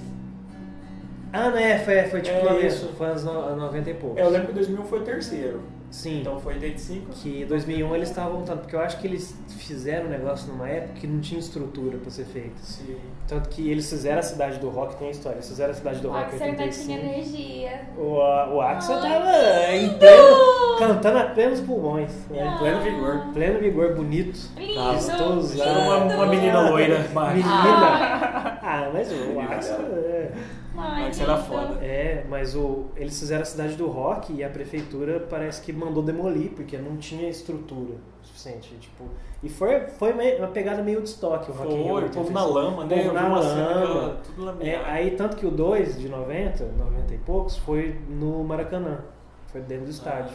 S3: Ah, não é, foi, foi tipo
S1: É
S3: 90,
S1: isso.
S3: foi anos no- 90 e poucos.
S1: É, eu lembro que 2000 foi o terceiro.
S3: Sim,
S1: Então foi 85.
S3: que em 2001 eles estavam voltando, porque eu acho que eles fizeram um negócio numa época que não tinha estrutura pra ser feito.
S1: Sim.
S3: Tanto que eles fizeram a Cidade do Rock, tem a história, eles fizeram a Cidade do
S2: O
S3: Rock em
S2: Axel Ah, ainda tinha
S3: 85.
S2: energia.
S3: O, o Axel
S2: Ai,
S3: tava em
S2: lindo!
S3: pleno, cantando a plenos pulmões. né?
S1: Em pleno vigor.
S3: Pleno vigor, bonito. é
S2: Lindo!
S1: Tava,
S3: Gostoso.
S1: Era Tá Ah, é. uma, uma menina loira. Mas,
S3: Menina! Ah, mas o
S1: Menina,
S3: Axel. é.
S2: Ai,
S1: Axel era
S2: lindo.
S1: foda.
S3: É, mas o, eles fizeram a cidade do rock e a prefeitura parece que mandou demolir, porque não tinha estrutura suficiente. Tipo, e foi, foi meio- uma pegada meio de estoque o rock in Rio
S1: foi, o povo na né?
S3: 85.
S1: lama, né?
S3: Povo
S1: Eu vi
S3: na
S1: uma cena que
S3: lama.
S1: ela- tudo lameado.
S3: É, aí tanto que o 2 de 90, 90 e poucos, foi no Maracanã. Foi dentro do estádio.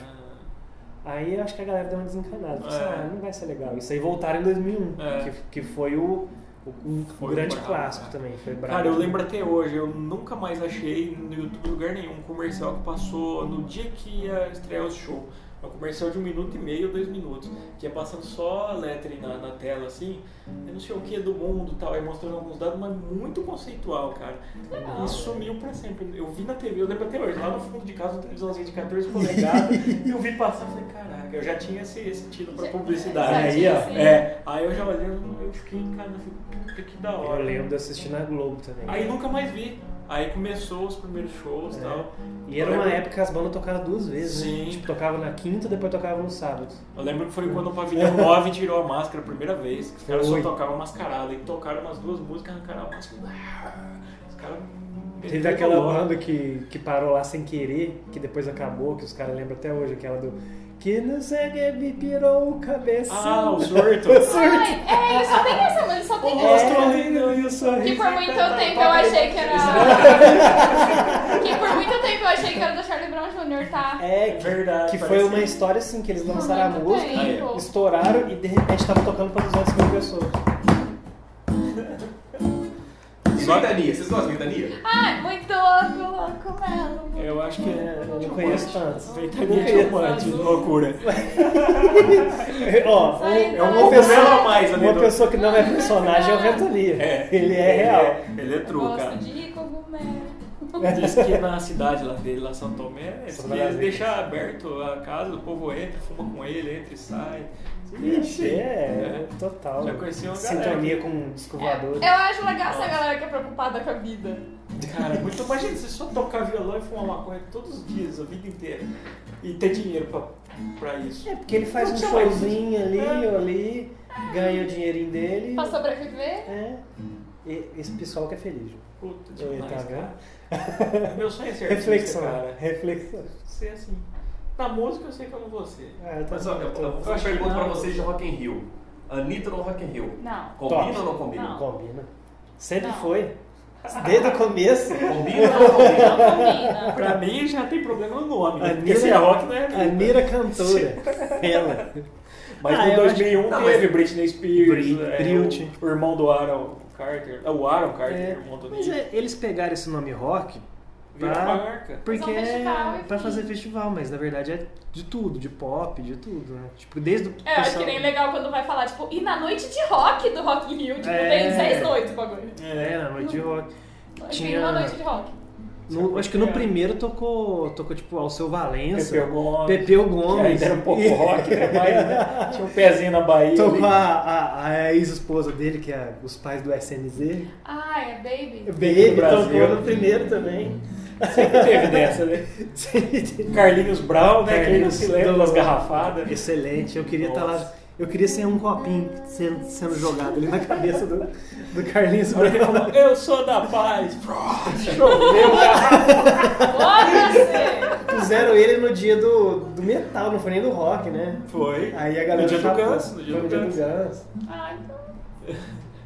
S1: Ah.
S3: Aí acho que a galera deu uma desencanada. Falou assim,
S1: É.
S3: ah, não vai ser legal. Isso aí voltaram em 2001,
S1: É.
S3: que, que foi o, o, o
S1: Foi
S3: grande
S1: brabo,
S3: clássico
S1: cara.
S3: também. Foi brabo.
S1: Cara, eu lembro até hoje, eu nunca mais achei no YouTube em lugar nenhum um comercial que passou no dia que ia estrear o show. É um comercial de um minuto e meio, dois minutos, que ia passando só a lettering na, na tela, assim, eu não sei o que do mundo e tal, aí mostrando alguns dados, mas muito conceitual, cara.
S2: Legal.
S1: E sumiu pra sempre. Eu vi na TV, eu lembro até hoje, lá no fundo de casa, uma televisãozinha de 14 polegadas, e eu vi passar e falei, caraca, eu já tinha esse, esse tiro pra
S2: Já-
S1: publicidade.
S3: já tinha,
S1: aí, ó,
S2: sim.
S1: é, aí eu já olhei, eu fiquei, cara, eu falei, puta que da hora.
S3: Eu lembro de assistir na Globo também.
S1: Aí nunca mais vi. Aí começou os primeiros shows e
S3: É.
S1: tal.
S3: E era uma época que as bandas tocaram duas vezes,
S1: Sim.
S3: né? Tipo, tocava na quinta, depois tocava no sábado.
S1: Eu lembro que foi quando o Pavilhão 9 tirou a máscara a primeira vez. que Os caras só
S3: É. Foi.
S1: tocavam mascarada. E tocaram umas duas músicas, arrancaram a máscara. Os caras.
S3: Teve
S1: meteram
S3: aquela
S1: louco.
S3: banda que, que parou lá sem querer, que depois acabou, que os caras lembram até hoje, aquela do Que não sei o que me pirou o cabeção.
S1: Ah, o Surtos.
S2: Ai, é, isso tem essa música, só
S3: É,
S2: tem
S1: O
S2: essa.
S1: rosto tá lindo e o sorriso.
S2: Que por muito
S1: encantado.
S2: tempo eu achei que era. que por muito tempo eu achei que era do Charlie Brown Jr., tá?
S3: É, que,
S1: Verdade,
S3: que foi
S1: parece
S3: uma
S1: que-
S3: história assim, que eles
S2: Por
S3: lançaram a
S2: muito
S3: música,
S2: tempo.
S3: estouraram e de repente tava tocando pra 200 mil pessoas.
S5: Ventania, vocês gostam de ventania?
S2: Ai, muito louco, louco, mano.
S1: Eu acho que é.
S3: Eu não conheço tantos.
S1: Ventania
S3: Eu não
S1: Diamante, loucura. um
S3: Ó,
S2: Sai,
S3: é uma
S2: sai,
S3: pessoa,
S2: sai.
S1: mais,
S3: uma
S1: amigo.
S3: pessoa que não é personagem é o Ventania.
S1: É.
S3: Ele é real.
S1: Ele é true,
S2: Gosto
S1: cara.
S2: de ir como
S1: Diz que na cidade lá dele, lá São Tomé,
S3: São
S1: se
S3: Tomé das
S1: eles deixar aberto a casa, o povo entra, fuma com ele, entra e sai.
S3: Ixi, é,
S1: É.
S3: total.
S1: Já conheci uma galera É.
S3: Sintonia com um descovador.
S2: Eu acho legal essa galera que é preocupada com a vida.
S1: Cara, muito imagina você só tocar violão e fumar maconha todos os dias, a vida inteira. E ter dinheiro pra, pra isso.
S3: É, porque ele faz
S1: Não
S3: um
S1: sei lá,
S3: showzinho ali,
S1: é.
S3: ou ali, ganha o dinheirinho dele.
S2: Pra sobreviver?
S3: É. E esse pessoal que é feliz. Ju.
S1: Puta
S3: Ele tá
S1: demais, cara.
S3: vendo?
S1: Meu sonho é ser artista,
S3: Reflexão,
S1: cara.
S3: reflexão.
S1: Ser assim. Na música eu sei que eu não vou ser.
S3: Ah, eu tô-
S5: Mas olha, eu, eu vou
S1: acho que
S5: perguntar pra
S1: não.
S5: vocês de Rock in Rio. Anitta no Rock in Rio.
S2: Não.
S5: Combina
S3: Top.
S5: ou não combina?
S2: Não.
S3: Combina. Sempre
S2: Não.
S3: foi. Desde o começo.
S5: Combina ou não combina?
S2: Não combina.
S1: Pra mim já tem problema no nome. né? Porque
S3: Anira-
S1: se é rock, não é.
S3: Anira cantora. Ela.
S1: Mas
S3: Ah,
S1: em
S3: eu
S1: 2001
S5: acho-
S1: teve Britney Spears,
S3: Brit-
S1: é,
S3: Brit.
S1: o, o irmão do Aaron Carter. É, o Aaron Carter,
S3: É,
S1: irmão do
S3: mas
S1: Nick.
S3: é, eles pegaram esse nome rock
S1: Virou uma
S3: pra,
S1: marca.
S3: porque
S2: Fazer um festival,
S3: é
S2: enfim.
S3: pra fazer festival, mas na verdade é de tudo, de pop, de tudo, né? Tipo, desde o
S2: É, eu acho que nem legal quando vai falar, tipo, e na noite de rock do Rock in Rio, tipo,
S3: É.
S2: tem 10 noites o bagulho.
S3: É, na noite de rock.
S2: Tem
S3: Tinha-
S2: uma noite de rock.
S3: No-
S1: é
S3: acho que no primeiro tocou, tocou tipo, ao seu Valença,
S1: Pepeu Gomes.
S3: Pepeu
S1: Que ainda
S3: Gomes.
S1: era um pouco
S3: e-
S1: rock, né? Mas, né? Tinha um pezinho na Bahia.
S3: Tocou
S1: ali.
S3: a, a- a ex-esposa dele, que é os pais do SNZ.
S2: Ah, é Baby.
S3: Baby
S1: Do Brasil.
S3: tocou no primeiro também.
S1: Sempre teve dessa, né? Carlinhos Brown, né? Quem não se lembra das garrafadas.
S3: Excelente, eu queria estar lá.
S1: Nossa.
S3: Eu queria ser um copinho sendo, sendo jogado ali na cabeça do, do Carlinhos
S1: A hora que ele
S3: Brown.
S1: falou, eu sou da paz. Choveu, né? cara.
S2: Olha você!
S3: Puseram ele no dia do, do metal, não foi nem do rock, né?
S1: Foi.
S3: Aí a galera.
S1: No dia do
S3: chapou.
S1: Guns, no dia
S3: Foi
S1: do Guns.
S3: Guns.
S2: Ah, então.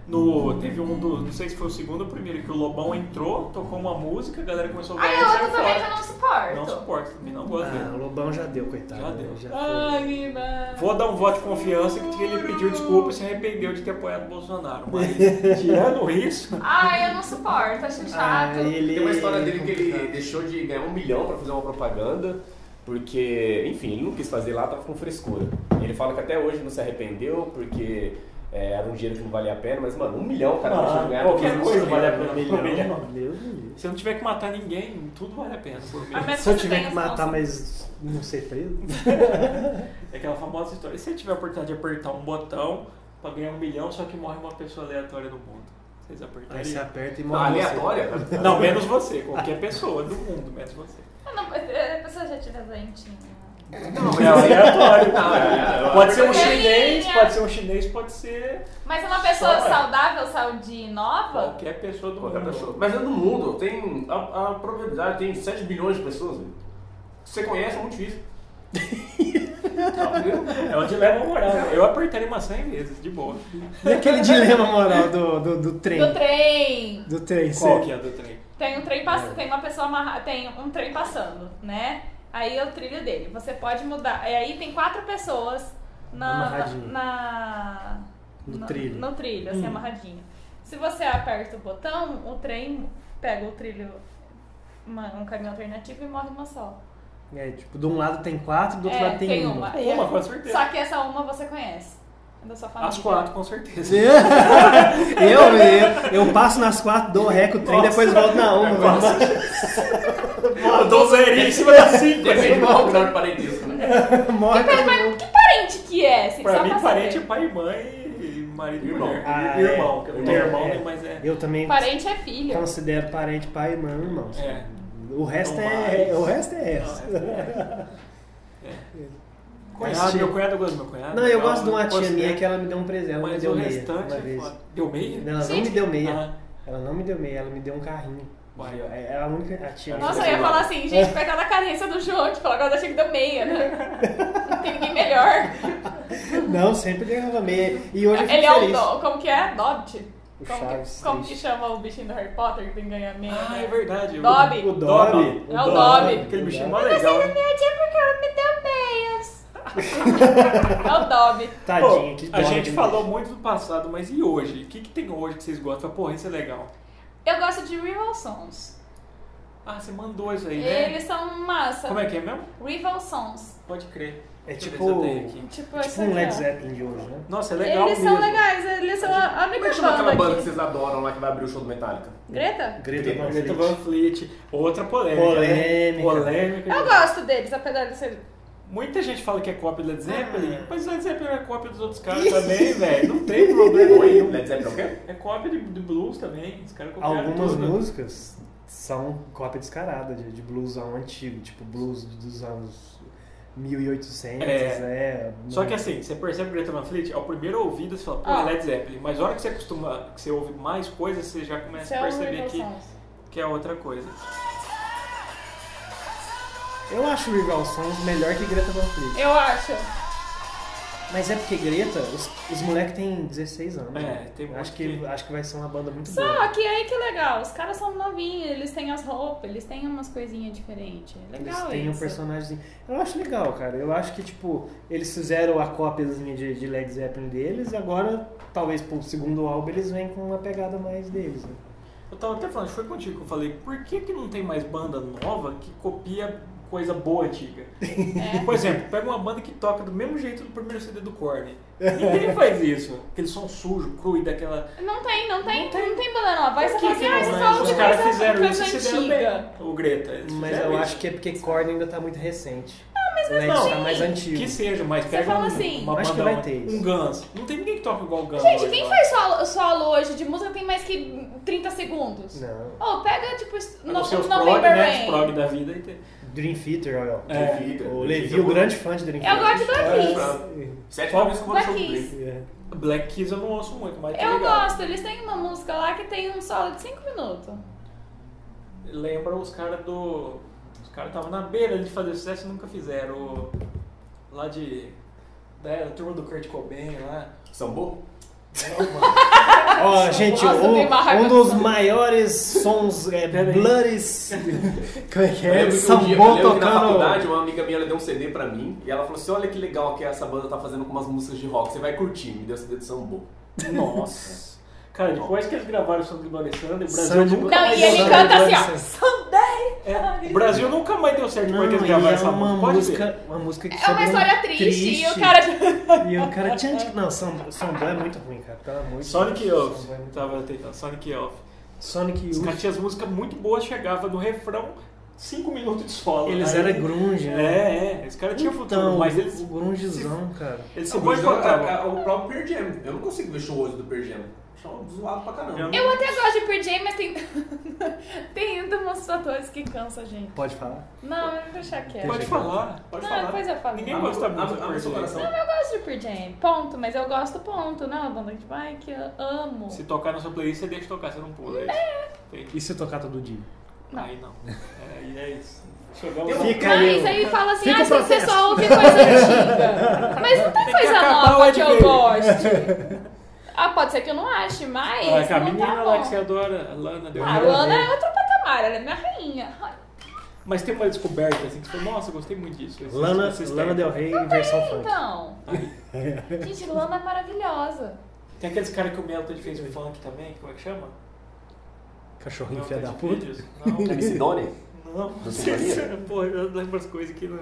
S1: No, teve um do. Não sei se foi o segundo ou o primeiro, que o Lobão entrou, tocou uma música, a galera começou a
S2: Aí
S1: ver
S2: a
S1: e
S2: outra
S1: saiu
S2: também que
S1: fora.
S2: eu Ah, não suporto.
S1: Não suporto, também não gosto
S3: Ah, o
S1: dele.
S3: Lobão já deu, coitado.
S1: Já
S3: né?
S1: deu.
S3: Já foi.
S2: Ai, mano.
S1: Vou dar um voto de confiança que ele pediu desculpa e se arrependeu de ter apoiado o Bolsonaro. Mas, tirando isso,
S2: Ai, eu não suporto, acho chato.
S3: Ah, ele...
S5: Tem uma história dele que ele
S3: complicado.
S5: deixou de ganhar um milhão pra fazer uma propaganda, porque, enfim, ele não quis fazer lá, tava com frescura. Ele fala que até hoje não se arrependeu, porque é, era um dinheiro que não valia a pena, mas, mano, um milhão o cara deixou de
S1: Ah,
S5: ganhar. um
S1: qualquer
S5: porque
S1: coisa
S5: não
S1: vale a
S5: ganha.
S1: pena.
S3: Milhão,
S1: Milhão.
S3: Deus me livre.
S1: se eu não tiver que matar ninguém, tudo vale a pena por mim.
S2: Ah, mas
S3: Se eu
S2: você tem
S3: tiver que
S2: as
S3: matar,
S2: calças-
S3: mas não ser preso.
S1: É aquela famosa história. E se ele tiver a oportunidade de apertar um botão pra ganhar um milhão, só que morre uma pessoa aleatória do mundo? Vocês
S3: Aí você
S1: apertariam?
S3: aperta e
S5: Não,
S3: morre.
S5: aleatória?
S1: Não, menos você. Qualquer pessoa do mundo, menos você.
S2: Ah, não, mas, eh, a pessoa já tiver doentinha.
S5: Não,
S1: É aleatório.
S5: Não, é, é,
S1: Pode ser um
S2: Porque é
S1: chinês,
S2: minha-
S1: pode ser um chinês, pode ser
S2: Mas uma pessoa
S1: Só, é.
S2: saudável, saúde e nova?
S1: qualquer pessoa do
S5: Qualquer
S1: mundo.
S5: pessoa. Mas é no mundo, tem. A, a probabilidade tem 7 bilhões de pessoas. velho. Se Você conhece, é muito difícil.
S3: tá.
S1: É onde leva a moral. né? Eu apertaria umas 100 vezes, de boa.
S3: E aquele dilema moral do, do, do trem?
S2: Do trem.
S3: Do trem,
S1: Qual
S3: você-
S1: que é a do trem?
S2: Tem um trem
S1: É.
S2: passando, tem uma pessoa amarrada, tem um trem passando, né? Aí é o trilho dele. Você pode mudar. E aí tem quatro pessoas na.
S3: Amarradinho.
S2: na-
S3: No
S2: na-
S3: trilho.
S2: No trilho,
S1: Hum.
S2: assim, amarradinho. Se você aperta o botão, o trem pega o trilho, uma- um caminho alternativo e morre uma só.
S3: É, tipo, de um lado tem quatro, do outro
S2: É,
S3: lado tem, um.
S2: tem
S3: uma.
S2: uma.
S1: Uma, com certeza.
S2: Só que essa uma você conhece. É da sua família.
S1: As quatro, com certeza.
S3: É. eu, eu, eu passo nas quatro, dou ré com o trem,
S1: Nossa.
S3: depois volto na uma. velho.
S1: Eu dou zerinho em cima da 5.
S5: Depende do grau de parentesco, né?
S3: Morre
S2: Mas,
S3: todo
S2: mas
S3: mundo.
S2: que parente que é? Assim,
S1: Pra
S2: só
S1: mim, parente é
S2: saber.
S1: pai e mãe e marido e
S5: Irmão.
S1: mulher.
S3: Ah,
S1: E
S3: é.
S1: irmão. que eu não tenho
S3: Irmão,
S1: irmão,
S3: é.
S1: né, mas é.
S3: Eu também
S2: Parente é filho.
S3: considero parente pai e mãe irmãos.
S1: É.
S3: O resto
S1: Então,
S3: é.
S1: mas-
S3: O resto é
S1: Não,
S3: essa.
S1: Cunhado, meu cunhado, eu gosto do meu cunhado.
S3: Não, eu
S1: é legal,
S3: gosto de uma tia
S1: considero.
S3: minha que ela me deu um presente, ela me
S1: Mas
S3: deu
S1: o
S3: meia
S1: restante
S3: uma
S1: é
S3: vez.
S1: foda. Deu meia?
S3: Não, ela não
S2: Gente,
S3: me deu meia.
S1: Ah,
S3: Ela não me deu meia, ela me deu um carrinho.
S1: Uai.
S3: É a única a tia.
S2: Nossa, eu ia falar assim, gente, pegando a carência do João, tipo, ela gosta da Chico da meia, né? Não tem ninguém melhor.
S3: Não, sempre ganhava meia. E hoje eu fico
S2: Ele é o
S3: feliz.
S2: Do- como que é? Dobbit?
S3: O
S2: Como,
S3: Chaves,
S2: que, como que
S3: triste.
S2: chama o bichinho do Harry Potter que tem que ganhar meia?
S1: Ah,
S2: né?
S1: é verdade.
S2: Dobby.
S3: O Dobby.
S2: É o Dobby.
S1: Aquele bichinho mó
S3: Dobby.
S2: Mas
S1: legal.
S2: ele é tipo
S1: né?
S2: me odia porque ela me deu meias. é o Dobby.
S3: Tadinho,
S1: Pô,
S3: que
S1: a
S3: Dobby,
S1: gente
S3: né?
S1: falou muito do passado, mas e hoje? O que, que tem hoje que vocês gostam? Fala, Porra, isso é legal.
S2: Eu gosto de Rival Sons.
S1: Ah, você mandou isso aí, né?
S2: Eles são massa.
S1: Como é que é mesmo?
S2: Rival Sons.
S1: Pode crer.
S3: É
S1: Deixa eu ver
S3: tipo-
S1: se eu tenho aqui.
S2: Tipo,
S3: Tipo
S2: esse
S3: um
S2: aqui,
S3: Led
S2: ó.
S3: Zeppelin de hoje, né?
S1: Nossa, é legal
S2: Eles
S1: mesmo.
S2: são legais, eles são a a
S5: Como é
S2: única
S5: que chama aquela banda que
S2: banda aqui.
S5: vocês adoram lá que vai abrir o show do Metallica?
S2: Greta?
S3: Greta Van
S1: Greta
S3: Fleet.
S1: Van Fleet. Outra polêmica.
S3: Polêmica.
S1: Né? Polêmica.
S2: Eu gosto deles, apesar de ser...
S1: Muita gente fala que é cópia do Led Zeppelin,
S3: Ah.
S1: mas o Led Zeppelin é cópia dos outros caras também, velho. Não tem problema
S5: Oi,
S1: nenhum.
S5: Led Zeppelin é o quê?
S1: É cópia de, de blues também. Os caras copiaram
S3: Algumas
S1: tudo.
S3: músicas são cópia descarada de, de bluesão antigo, tipo blues dos anos 1800, é.
S1: Só que assim, você percebe que Greta Van Fleet, ao primeiro ouvido você fala, pô,
S2: Ah.
S1: é Led Zeppelin. Mas a hora que você acostuma, que você ouve mais coisas, você já começa
S2: ser
S1: a
S2: o
S1: perceber
S2: Rival
S1: que,
S2: Sons.
S1: que é outra coisa.
S3: Eu acho Rival Sons melhor que Greta Van Fleet.
S2: Eu acho.
S3: Mas é porque Greta, os, os moleques têm 16 anos.
S1: É,
S3: né?
S1: tem
S3: acho
S1: muito
S3: que,
S1: que-
S3: acho que vai ser uma banda muito boa.
S2: Só que aí que é legal, os caras são novinhos, eles têm as roupas, eles têm umas coisinhas diferentes. É
S3: Eles
S2: legal
S3: têm um
S2: isso.
S3: personagemzinho. Eu acho legal, cara. Eu acho que, tipo, eles fizeram a cópiazinha de, de Led Zeppelin deles e agora, talvez pro segundo álbum, eles vêm com uma pegada mais deles. né?
S1: Eu tava até falando, foi contigo que eu falei, por que, que não tem mais banda nova que copia coisa boa antiga?
S2: É.
S1: Por exemplo, pega uma banda que toca do mesmo jeito do primeiro CD do Korn. Ninguém faz isso. Aquele som sujo, cru e daquela.
S2: Não tem, não tem, não tem, banda nova. Aí você
S1: Por
S2: fala assim,
S1: que
S2: ah,
S1: não
S2: eles
S1: faz?
S2: falam
S1: Os
S2: de
S1: caras
S2: coisa,
S1: fizeram isso
S2: coisa
S1: e se deram
S2: antiga.
S1: bem. O Greta. eles
S3: Mas
S1: fizeram
S3: eu
S1: isso.
S3: acho que é porque Korn ainda tá muito recente. Ah, mas Led tá mais antigo.
S1: Que seja, mas pega
S2: fala
S1: um,
S2: assim,
S1: uma
S3: Acho que
S1: banda,
S3: vai ter isso.
S1: um Guns. Não tem ninguém que toca igual o Guns.
S2: Gente,
S1: hoje,
S2: quem
S1: eu
S2: faz solo, solo hoje de música tem mais que 30 segundos?
S3: Não.
S2: Ô, pega tipo es-
S1: acho. Os
S2: no,
S1: seus prog,
S2: November
S1: né? Os
S2: Rain.
S1: prog da vida. e tem-
S3: Dream Theater, olha. ó.
S1: É,
S3: O Levi, o grande fã de Dream
S2: Eu gosto
S3: Theater.
S2: do Kiss.
S5: Sete nomes que eu vou no show do
S2: Black
S5: Blink.
S3: É.
S1: Black Keys eu não ouço muito, mas tá
S2: Eu
S1: legal.
S2: gosto, eles têm uma música lá que tem um solo de 5 minutos.
S1: Lembra os caras do... Os caras estavam na beira de fazer sucesso e nunca fizeram. O- Lá de... Da turma do Kurt Cobain lá.
S5: Sambô?
S1: Não, mano.
S3: Ó, gente,
S2: Nossa, tem uma
S3: um,
S2: raiva
S3: um dos
S2: disso.
S3: maiores sons é,
S1: Pera aí.
S3: bloods. Como é que
S5: Eu lembro que um dia-
S3: é?
S5: eu
S3: Sambô
S5: lembro que na faculdade
S3: tocando.
S5: uma amiga minha ela deu um CD pra mim e ela falou assim, olha que legal que essa banda tá fazendo com umas músicas de rock, você vai curtir. Me deu um CD de Sambô.
S1: Nossa. Cara, depois que eles gravaram o som do Alessandro, o Brasil
S3: Samba
S1: nunca
S3: Não,
S1: mais
S3: e ele
S1: deu
S3: canta- assim,
S1: certo.
S3: Adolescente.
S2: Sunday!
S1: É, o Brasil nunca mais deu certo depois que eles
S3: e
S1: gravaram
S3: é
S1: essa
S3: uma
S1: música. Pode ver.
S3: música, uma música que
S2: É uma
S3: sobre um
S2: história triste, e o cara tipo, de...
S3: E o cara tinha de- Não, Sam- Sambô é muito ruim, cara. Pelo amor de
S1: Sonic
S3: Deus,
S1: Youth.
S3: Sambô é muito-
S1: Tava tentando, Sonic Youth.
S3: Sonic
S1: Os caras
S3: Youth.
S1: tinham as músicas muito boas, chegava no refrão, 5 minutos de solo.
S3: Eles
S1: Aí-
S3: eram grunge, né?
S1: É, é. Esse cara tinha futuro,
S3: Então,
S1: mas eles.
S3: o grungezão, cara.
S1: Eles se
S5: Não, mas eu- a-
S1: boicotavam.
S5: a- O próprio Pearl Jam. Eu não consigo ver show hoje do Pearl Jam. Acho um zoado pra caramba.
S1: Eu não-
S2: Eu até gosto de Pearl Jam, mas tem... tem ainda uns fatores que cansam a gente.
S3: Pode falar?
S2: Não, eu vou deixar quieto.
S1: Pode falar. Ah,
S5: Pode
S2: não,
S5: falar.
S2: depois eu falo.
S1: Ninguém
S5: Abre-
S1: gosta muito
S5: abre-
S1: do
S5: abre seu
S1: Pearl Jam.
S5: coração.
S2: Eu gosto de Pearl Jam, ponto, mas eu gosto, ponto. Não, é uma banda que tipo, ai, que eu amo.
S1: Se tocar na sua playlist, você deixa tocar, você não pula. É. isso.
S3: E se tocar todo dia?
S1: Tem- Aí não. É, e é isso. Chegamos
S5: Tem
S1: lá.
S5: um-
S3: Fica aí.
S2: Mas aí fala assim,
S3: Fica
S2: ah,
S3: o
S2: você
S3: protesto.
S2: só ouve coisa antiga. Mas não tem,
S1: Tem que
S2: coisa
S1: acabar o
S2: nova
S1: Ed
S2: que eu
S1: Vedder.
S2: goste. Ah, pode ser que eu não ache, mas
S1: Ah, com a
S2: não tá
S1: menina
S2: bom.
S1: lá que você adora, a Lana Del
S2: Ah, a
S1: Rey.
S2: Lana é outro patamar, ela é minha rainha. Ai,
S1: Mas tem uma descoberta assim que você falou, nossa, eu gostei muito disso. Esse-
S3: Lana,
S1: esse tempo.
S3: Lana Del Rey em versão funk.
S2: Então, gente, Lana é maravilhosa.
S1: Tem aqueles caras que o Melton fez o funk também, como é que chama?
S3: Cachorrinho
S1: Melton
S3: filha da
S1: de
S3: puta.
S1: Vídeos? tá Não.
S5: MC Donnie?
S1: Não,
S5: Do Sinfonia?
S1: Pô, eu lembro as coisas que não.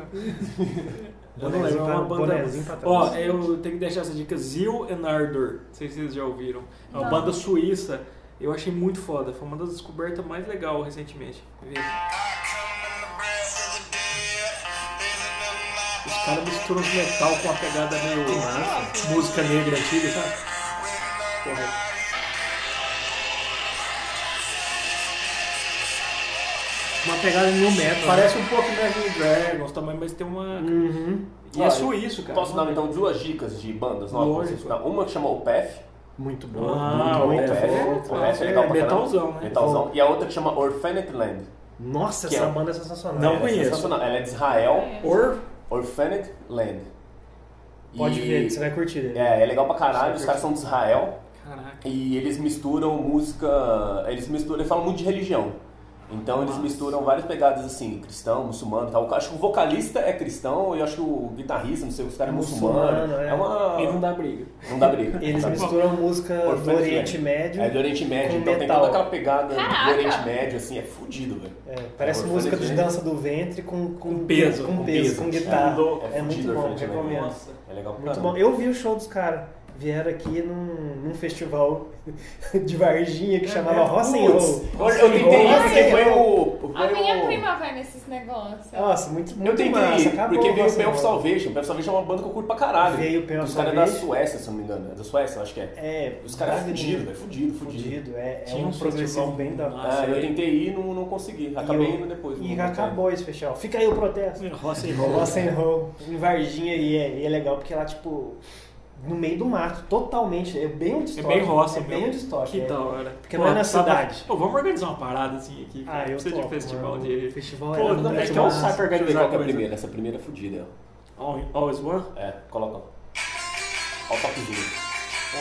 S1: Eu não
S3: Bonezinho
S1: lembro, é uma
S3: pra- bonezinho
S1: banda.
S3: pra trás.
S1: Ó, eu tenho que deixar essa dica: Zil and Ardor. Não sei se vocês já ouviram. É uma
S2: Não.
S1: banda suíça. Eu achei muito foda. Foi uma das descobertas mais legais recentemente. Veja. Os caras misturam os metal com uma pegada meio música negra antiga, sabe? Porra.
S3: Uma pegada no metal. né?
S1: Parece um pouco Imagine Dragons também, mas tem uma. E é
S5: Olha,
S3: Uhum.
S1: suíço, cara.
S4: um
S5: Posso dar então duas dicas de bandas novas?
S1: Lógico.
S5: Uma que chama Opeth,
S3: Muito boa.
S1: Ah,
S3: muito, muito
S1: o
S4: Ref é-
S3: boa.
S4: o
S3: Nossa,
S4: Ref é
S1: é
S4: legal pra caramba.
S1: metalzão, né?
S4: Metalzão. E a outra que chama Orphanet Land.
S3: Nossa,
S4: Que
S3: essa
S4: é-
S3: banda é sensacional.
S1: Não
S4: Ela é
S1: conheço.
S4: sensacional. Ela é de Israel,
S1: Or
S4: Orphanet Land.
S3: Pode
S4: E-
S3: ver, que você vai curtir ele.
S4: É, é legal pra caralho, os
S3: Super.
S4: caras são de Israel
S1: Caraca.
S4: e eles misturam música. Eles misturam, eles falam muito de religião. Então eles
S1: Nossa.
S4: misturam várias pegadas assim, cristão, muçulmano e tal. Acho que o vocalista é cristão e acho que o guitarrista, não sei, os caras é muçulmano.
S3: Muçulmano, é.
S4: É uma.
S1: E não dá briga.
S4: Não dá briga.
S3: Eles
S4: Não dá
S3: misturam música do
S4: Orphanet
S3: Oriente Médio.
S4: Tá É do Oriente Médio,
S3: Com
S4: então tem
S3: metal.
S4: toda aquela pegada
S2: Caraca!
S4: do Oriente Médio, assim, é fudido, velho.
S3: É, parece
S4: É,
S3: música de
S4: Orphanet
S3: dança do ventre com,
S1: Com peso,
S3: Com,
S1: com
S3: peso,
S1: peso.
S3: com guitarra.
S1: louco,
S3: É, muito
S4: fudido,
S3: bom,
S4: Orphanet Land.
S3: recomendo.
S1: Nossa.
S4: É legal pra
S3: Muito
S4: caramba.
S3: bom. Eu vi o show dos caras. Vieram aqui num, num festival de Varginha que
S1: É
S3: chamava
S1: mesmo?
S3: Ross and Roll.
S1: Putz.
S4: Eu, eu tentei
S3: Nossa,
S4: isso, porque
S3: que
S4: foi o.
S2: A
S4: foi
S2: minha
S4: o-
S2: prima vai nesses negócios.
S3: Nossa, muito, muito
S4: Eu tentei
S3: massa.
S4: ir,
S3: Acabou
S4: porque
S3: o
S4: veio
S3: Ross
S4: o
S3: and
S4: Pain of
S3: Roll.
S4: Salvation. O Pain of Salvation é uma banda que eu curto pra caralho.
S3: Veio o Pain of
S4: Os caras é da
S3: Salvation.
S4: Suécia, se eu não me engano. É da Suécia, eu acho que é.
S3: É,
S4: Os caras é
S3: maravilhoso.
S4: fudido, velho. Fudido, fudido.
S3: Fudido, é, é
S1: Tinha
S3: um
S1: um
S3: progressivo
S1: festival
S3: bem da...
S1: massa.
S4: Ah,
S1: Nossa,
S4: eu
S1: e-
S4: tentei ir e não, não consegui. Acabei
S3: eu-
S4: indo depois.
S3: E
S4: não
S3: acabou esse festival. Fica aí o protesto.
S1: Roça e rola.
S3: Rock and roll em Varginha e é, e é legal porque lá, tipo, no meio do mato, totalmente. É bem um
S1: É
S3: distorce.
S1: bem roça,
S3: É
S1: meu.
S3: bem um distorce.
S1: Que
S3: é.
S1: da hora.
S3: Porque não é na cidade.
S1: Pô, vamos organizar uma parada assim aqui. cara.
S3: Ah, eu
S1: Precisa de
S3: topo,
S1: um festival
S3: mano.
S1: de.
S3: Festival
S1: Pô,
S3: é
S1: não,
S3: um
S1: é
S4: consegui.
S1: que
S3: grande
S1: é um
S3: massa.
S1: saco
S4: Deixa eu ver
S1: organizar
S4: qual que é a
S1: coisa.
S4: primeira. Essa primeira é fudida.
S1: All- Always One?
S4: ó. É, coloca. ó. Ó o toquezinho.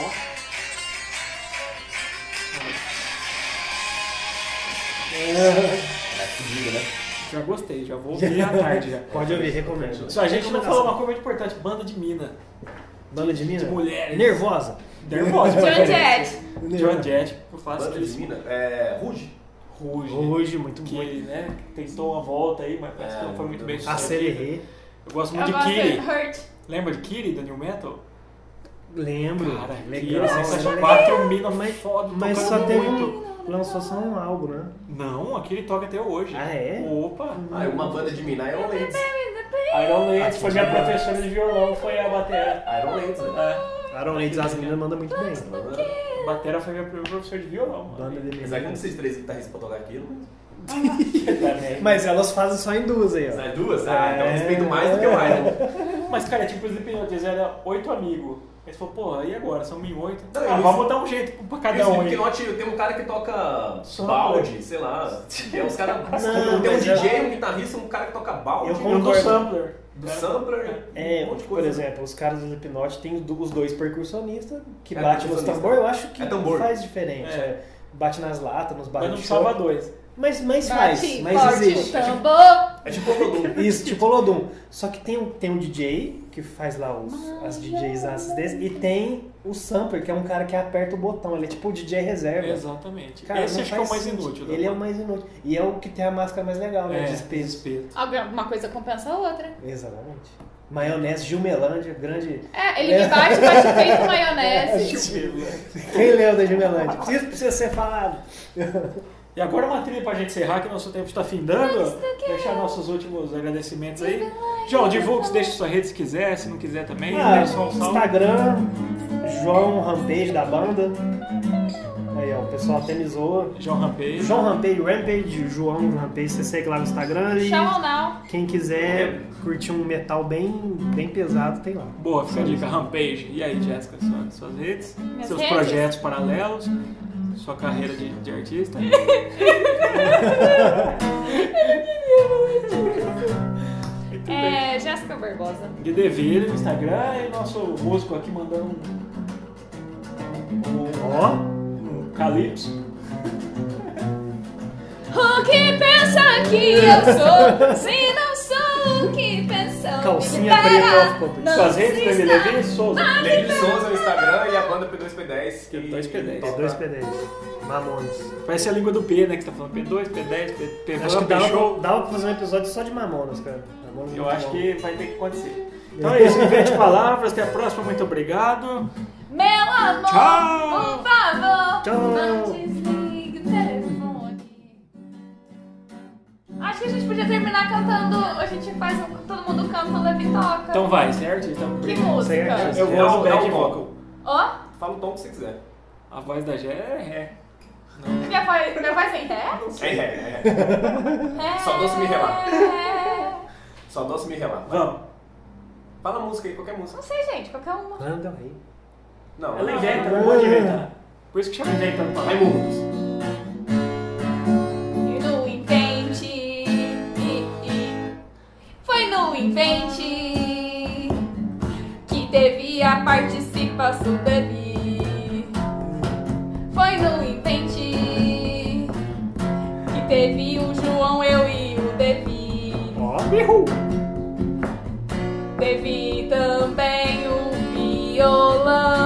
S1: Ó.
S4: É fudida, né?
S1: Já gostei, já vou ouvir à tarde já.
S3: Pode ouvir, recomendo.
S1: Só a gente não
S3: assim?
S1: falou uma coisa muito importante, banda de mina.
S3: Banda de mina?
S1: de mulheres.
S3: Nervosa.
S1: Nervosa.
S2: John Jett.
S1: John Jett, por falar
S4: Banda de mina. É. Rude.
S1: Ruge.
S3: Hoje, muito bom.
S1: Que, né, tentou uma volta aí, mas parece que
S4: É,
S1: não foi muito bem
S3: A
S1: sucedido.
S3: Sererê.
S1: Eu gosto
S2: Eu
S1: muito de
S2: gosto de
S1: Kiri.
S2: Hurt.
S1: Lembra de Kiri, da New Metal?
S3: Lembro.
S1: Cara,
S3: legal.
S1: Kiri, é
S3: né?
S1: sensacional. Quatro mina mais foda,
S3: Mas
S1: um tocando
S3: só teve
S1: muito.
S3: um... Lançou só um álbum, né?
S1: Não, a Kiri toca até hoje.
S3: Ah, é?
S1: Opa! Ah,
S4: Ah, e uma banda de mina é o Ladies.
S3: Então,
S1: Iron Lady,
S4: Aqui
S1: foi minha
S4: já-
S1: professora de violão, foi a batera.
S4: Iron Ladies, né?
S1: É,
S3: Aaron Ladies, as meninas mandam muito bem.
S1: a batera foi minha primeira professora de violão. mano.
S3: Banda de
S4: Apesar que não
S3: mina.
S4: vocês três guitarristas pra tocar aquilo, mas.
S3: Mas elas fazem só em duas aí, ó.
S4: Sai duas? Ah, então eu respeito mais do que o Iron.
S1: Mas, cara, tipo, os Slipknot, eles eram oito amigos. Eles falaram, pô, e agora? São mil e oito?
S4: Não,
S1: Ah,
S4: e
S1: vamos
S4: os-
S1: dar um jeito pra
S4: Cada
S1: cada um. aí.
S4: Slipknot tem um cara que toca
S1: Só
S4: balde, sei lá. Tem uns caras.
S3: Não,
S4: Tem um
S3: mas eu-
S4: DJ, um guitarrista, um cara que toca balde.
S3: Eu
S1: E um do
S3: concordo.
S1: sampler.
S4: Do
S1: né?
S4: sampler.
S3: É,
S4: um monte de
S3: por
S4: coisa.
S3: exemplo, os caras do Slipknot tem os do- os dois percussionistas que
S4: É,
S3: batem nos
S4: percussionista.
S3: tambor, eu acho que
S4: É tambor.
S3: faz diferente.
S1: É.
S3: é. Bate nas latas, nos
S1: Mas
S3: barros
S1: não
S3: de chope.
S1: precisava um dois.
S3: Mas, mas faz,
S2: Bate,
S3: mas
S2: forte, então.
S3: existe.
S2: Tambor.
S4: É tipo o
S3: Isso, tipo Olodum. Só que tem um, tem um DJ que faz lá os, as DJs as desse, e tem o sampler, que é um cara que aperta o botão. Ele é tipo o DJ reserva.
S1: Né? Exatamente.
S3: Cara,
S1: Esse
S3: não
S1: acho que é o
S3: faz
S1: mais
S3: sentido.
S1: inútil. da
S3: Ele é o
S1: banda.
S3: mais inútil. E é o que tem a máscara mais legal, né?
S1: É,
S3: Despeso.
S1: despeso.
S2: Alguma coisa compensa a outra.
S3: Exatamente. Maionese Gilmelândia, grande.
S2: É, ele me bate, bate bem com maionese.
S1: tipo
S3: Quem leu da Gilmelândia? Isso precisa ser falado.
S1: E agora uma trilha pra gente encerrar, que nosso tempo está findando. Deixar nossos últimos agradecimentos aí. João, divulga, deixa sua rede se quiser, se não quiser também.
S3: Ah,
S1: deixa só um salve.
S3: Instagram, João Rampage da banda. Aí, ó, o pessoal até me zoa.
S1: João Rampage.
S3: João Rampage, Rampage, João Rampage, você segue lá no Instagram e
S2: Chama ou não.
S3: quem quiser curtir um metal bem, bem pesado, tem lá.
S1: Boa, fica a dica, Rampage. E aí, Jéssica, sua- suas redes,
S2: Minhas
S1: seus
S2: redes?
S1: projetos paralelos, sua carreira de, de artista. Muito bem.
S2: É, Jéssica Barbosa.
S1: Gui Deville no Instagram e nosso músico aqui mandando um,
S3: Ó,
S1: um calypso.
S2: O que pensa que eu sou? Se não sou o que pensam,
S3: Calcinha
S2: me libera.
S3: preta, Popovic.
S2: Não
S1: suas redes,
S2: se
S1: Levi
S2: está-
S1: Levi Souza.
S4: Lady Souza no Instagram e a banda P2P10. que
S1: P2P10.
S4: toca-
S3: dois PDs. Mamonas.
S1: Parece a língua do P, né? Que você tá falando P2, P10, P, P,
S3: Acho que
S1: P
S3: dava,
S1: show.
S3: pra- dava pra fazer um episódio só de Mamonas, cara. Mamonas é
S1: Eu
S3: muito
S1: acho
S3: bom.
S1: que vai ter que acontecer. Então é isso, inverte palavras, até a próxima, muito obrigado.
S2: Meu amor,
S1: Tchau.
S2: por favor,
S3: Tchau.
S2: não desligue o telefone. Acho que a gente podia terminar cantando. A gente faz um, todo mundo canta o Levitoca.
S1: Então vai, certo? Então,
S2: que
S3: certo.
S2: música?
S1: eu vou no
S4: Dá um-
S1: back
S4: dá um
S1: vocal.
S2: Ó,
S4: Fala o tom que você quiser.
S1: A voz da Gé é ré.
S2: minha voz, minha voz tem ré?
S4: É, é, é.
S2: Ré.
S4: Só doce me relata. Só doce me relata.
S1: Vamos.
S4: Fala a música aí, qualquer música.
S2: Não sei, gente, qualquer uma.
S3: Lana Del Rey.
S4: Não, é
S1: Ela inventa,
S3: Ah.
S1: ela pode inventar. Por isso que chama
S4: inventando pra Raimundos.
S2: E no invente. e- e- Foi no invente que teve a participação da Bi. Foi no invente que teve o João, eu e o Devi.
S3: Ó, ihu!
S2: Teve também o violão. um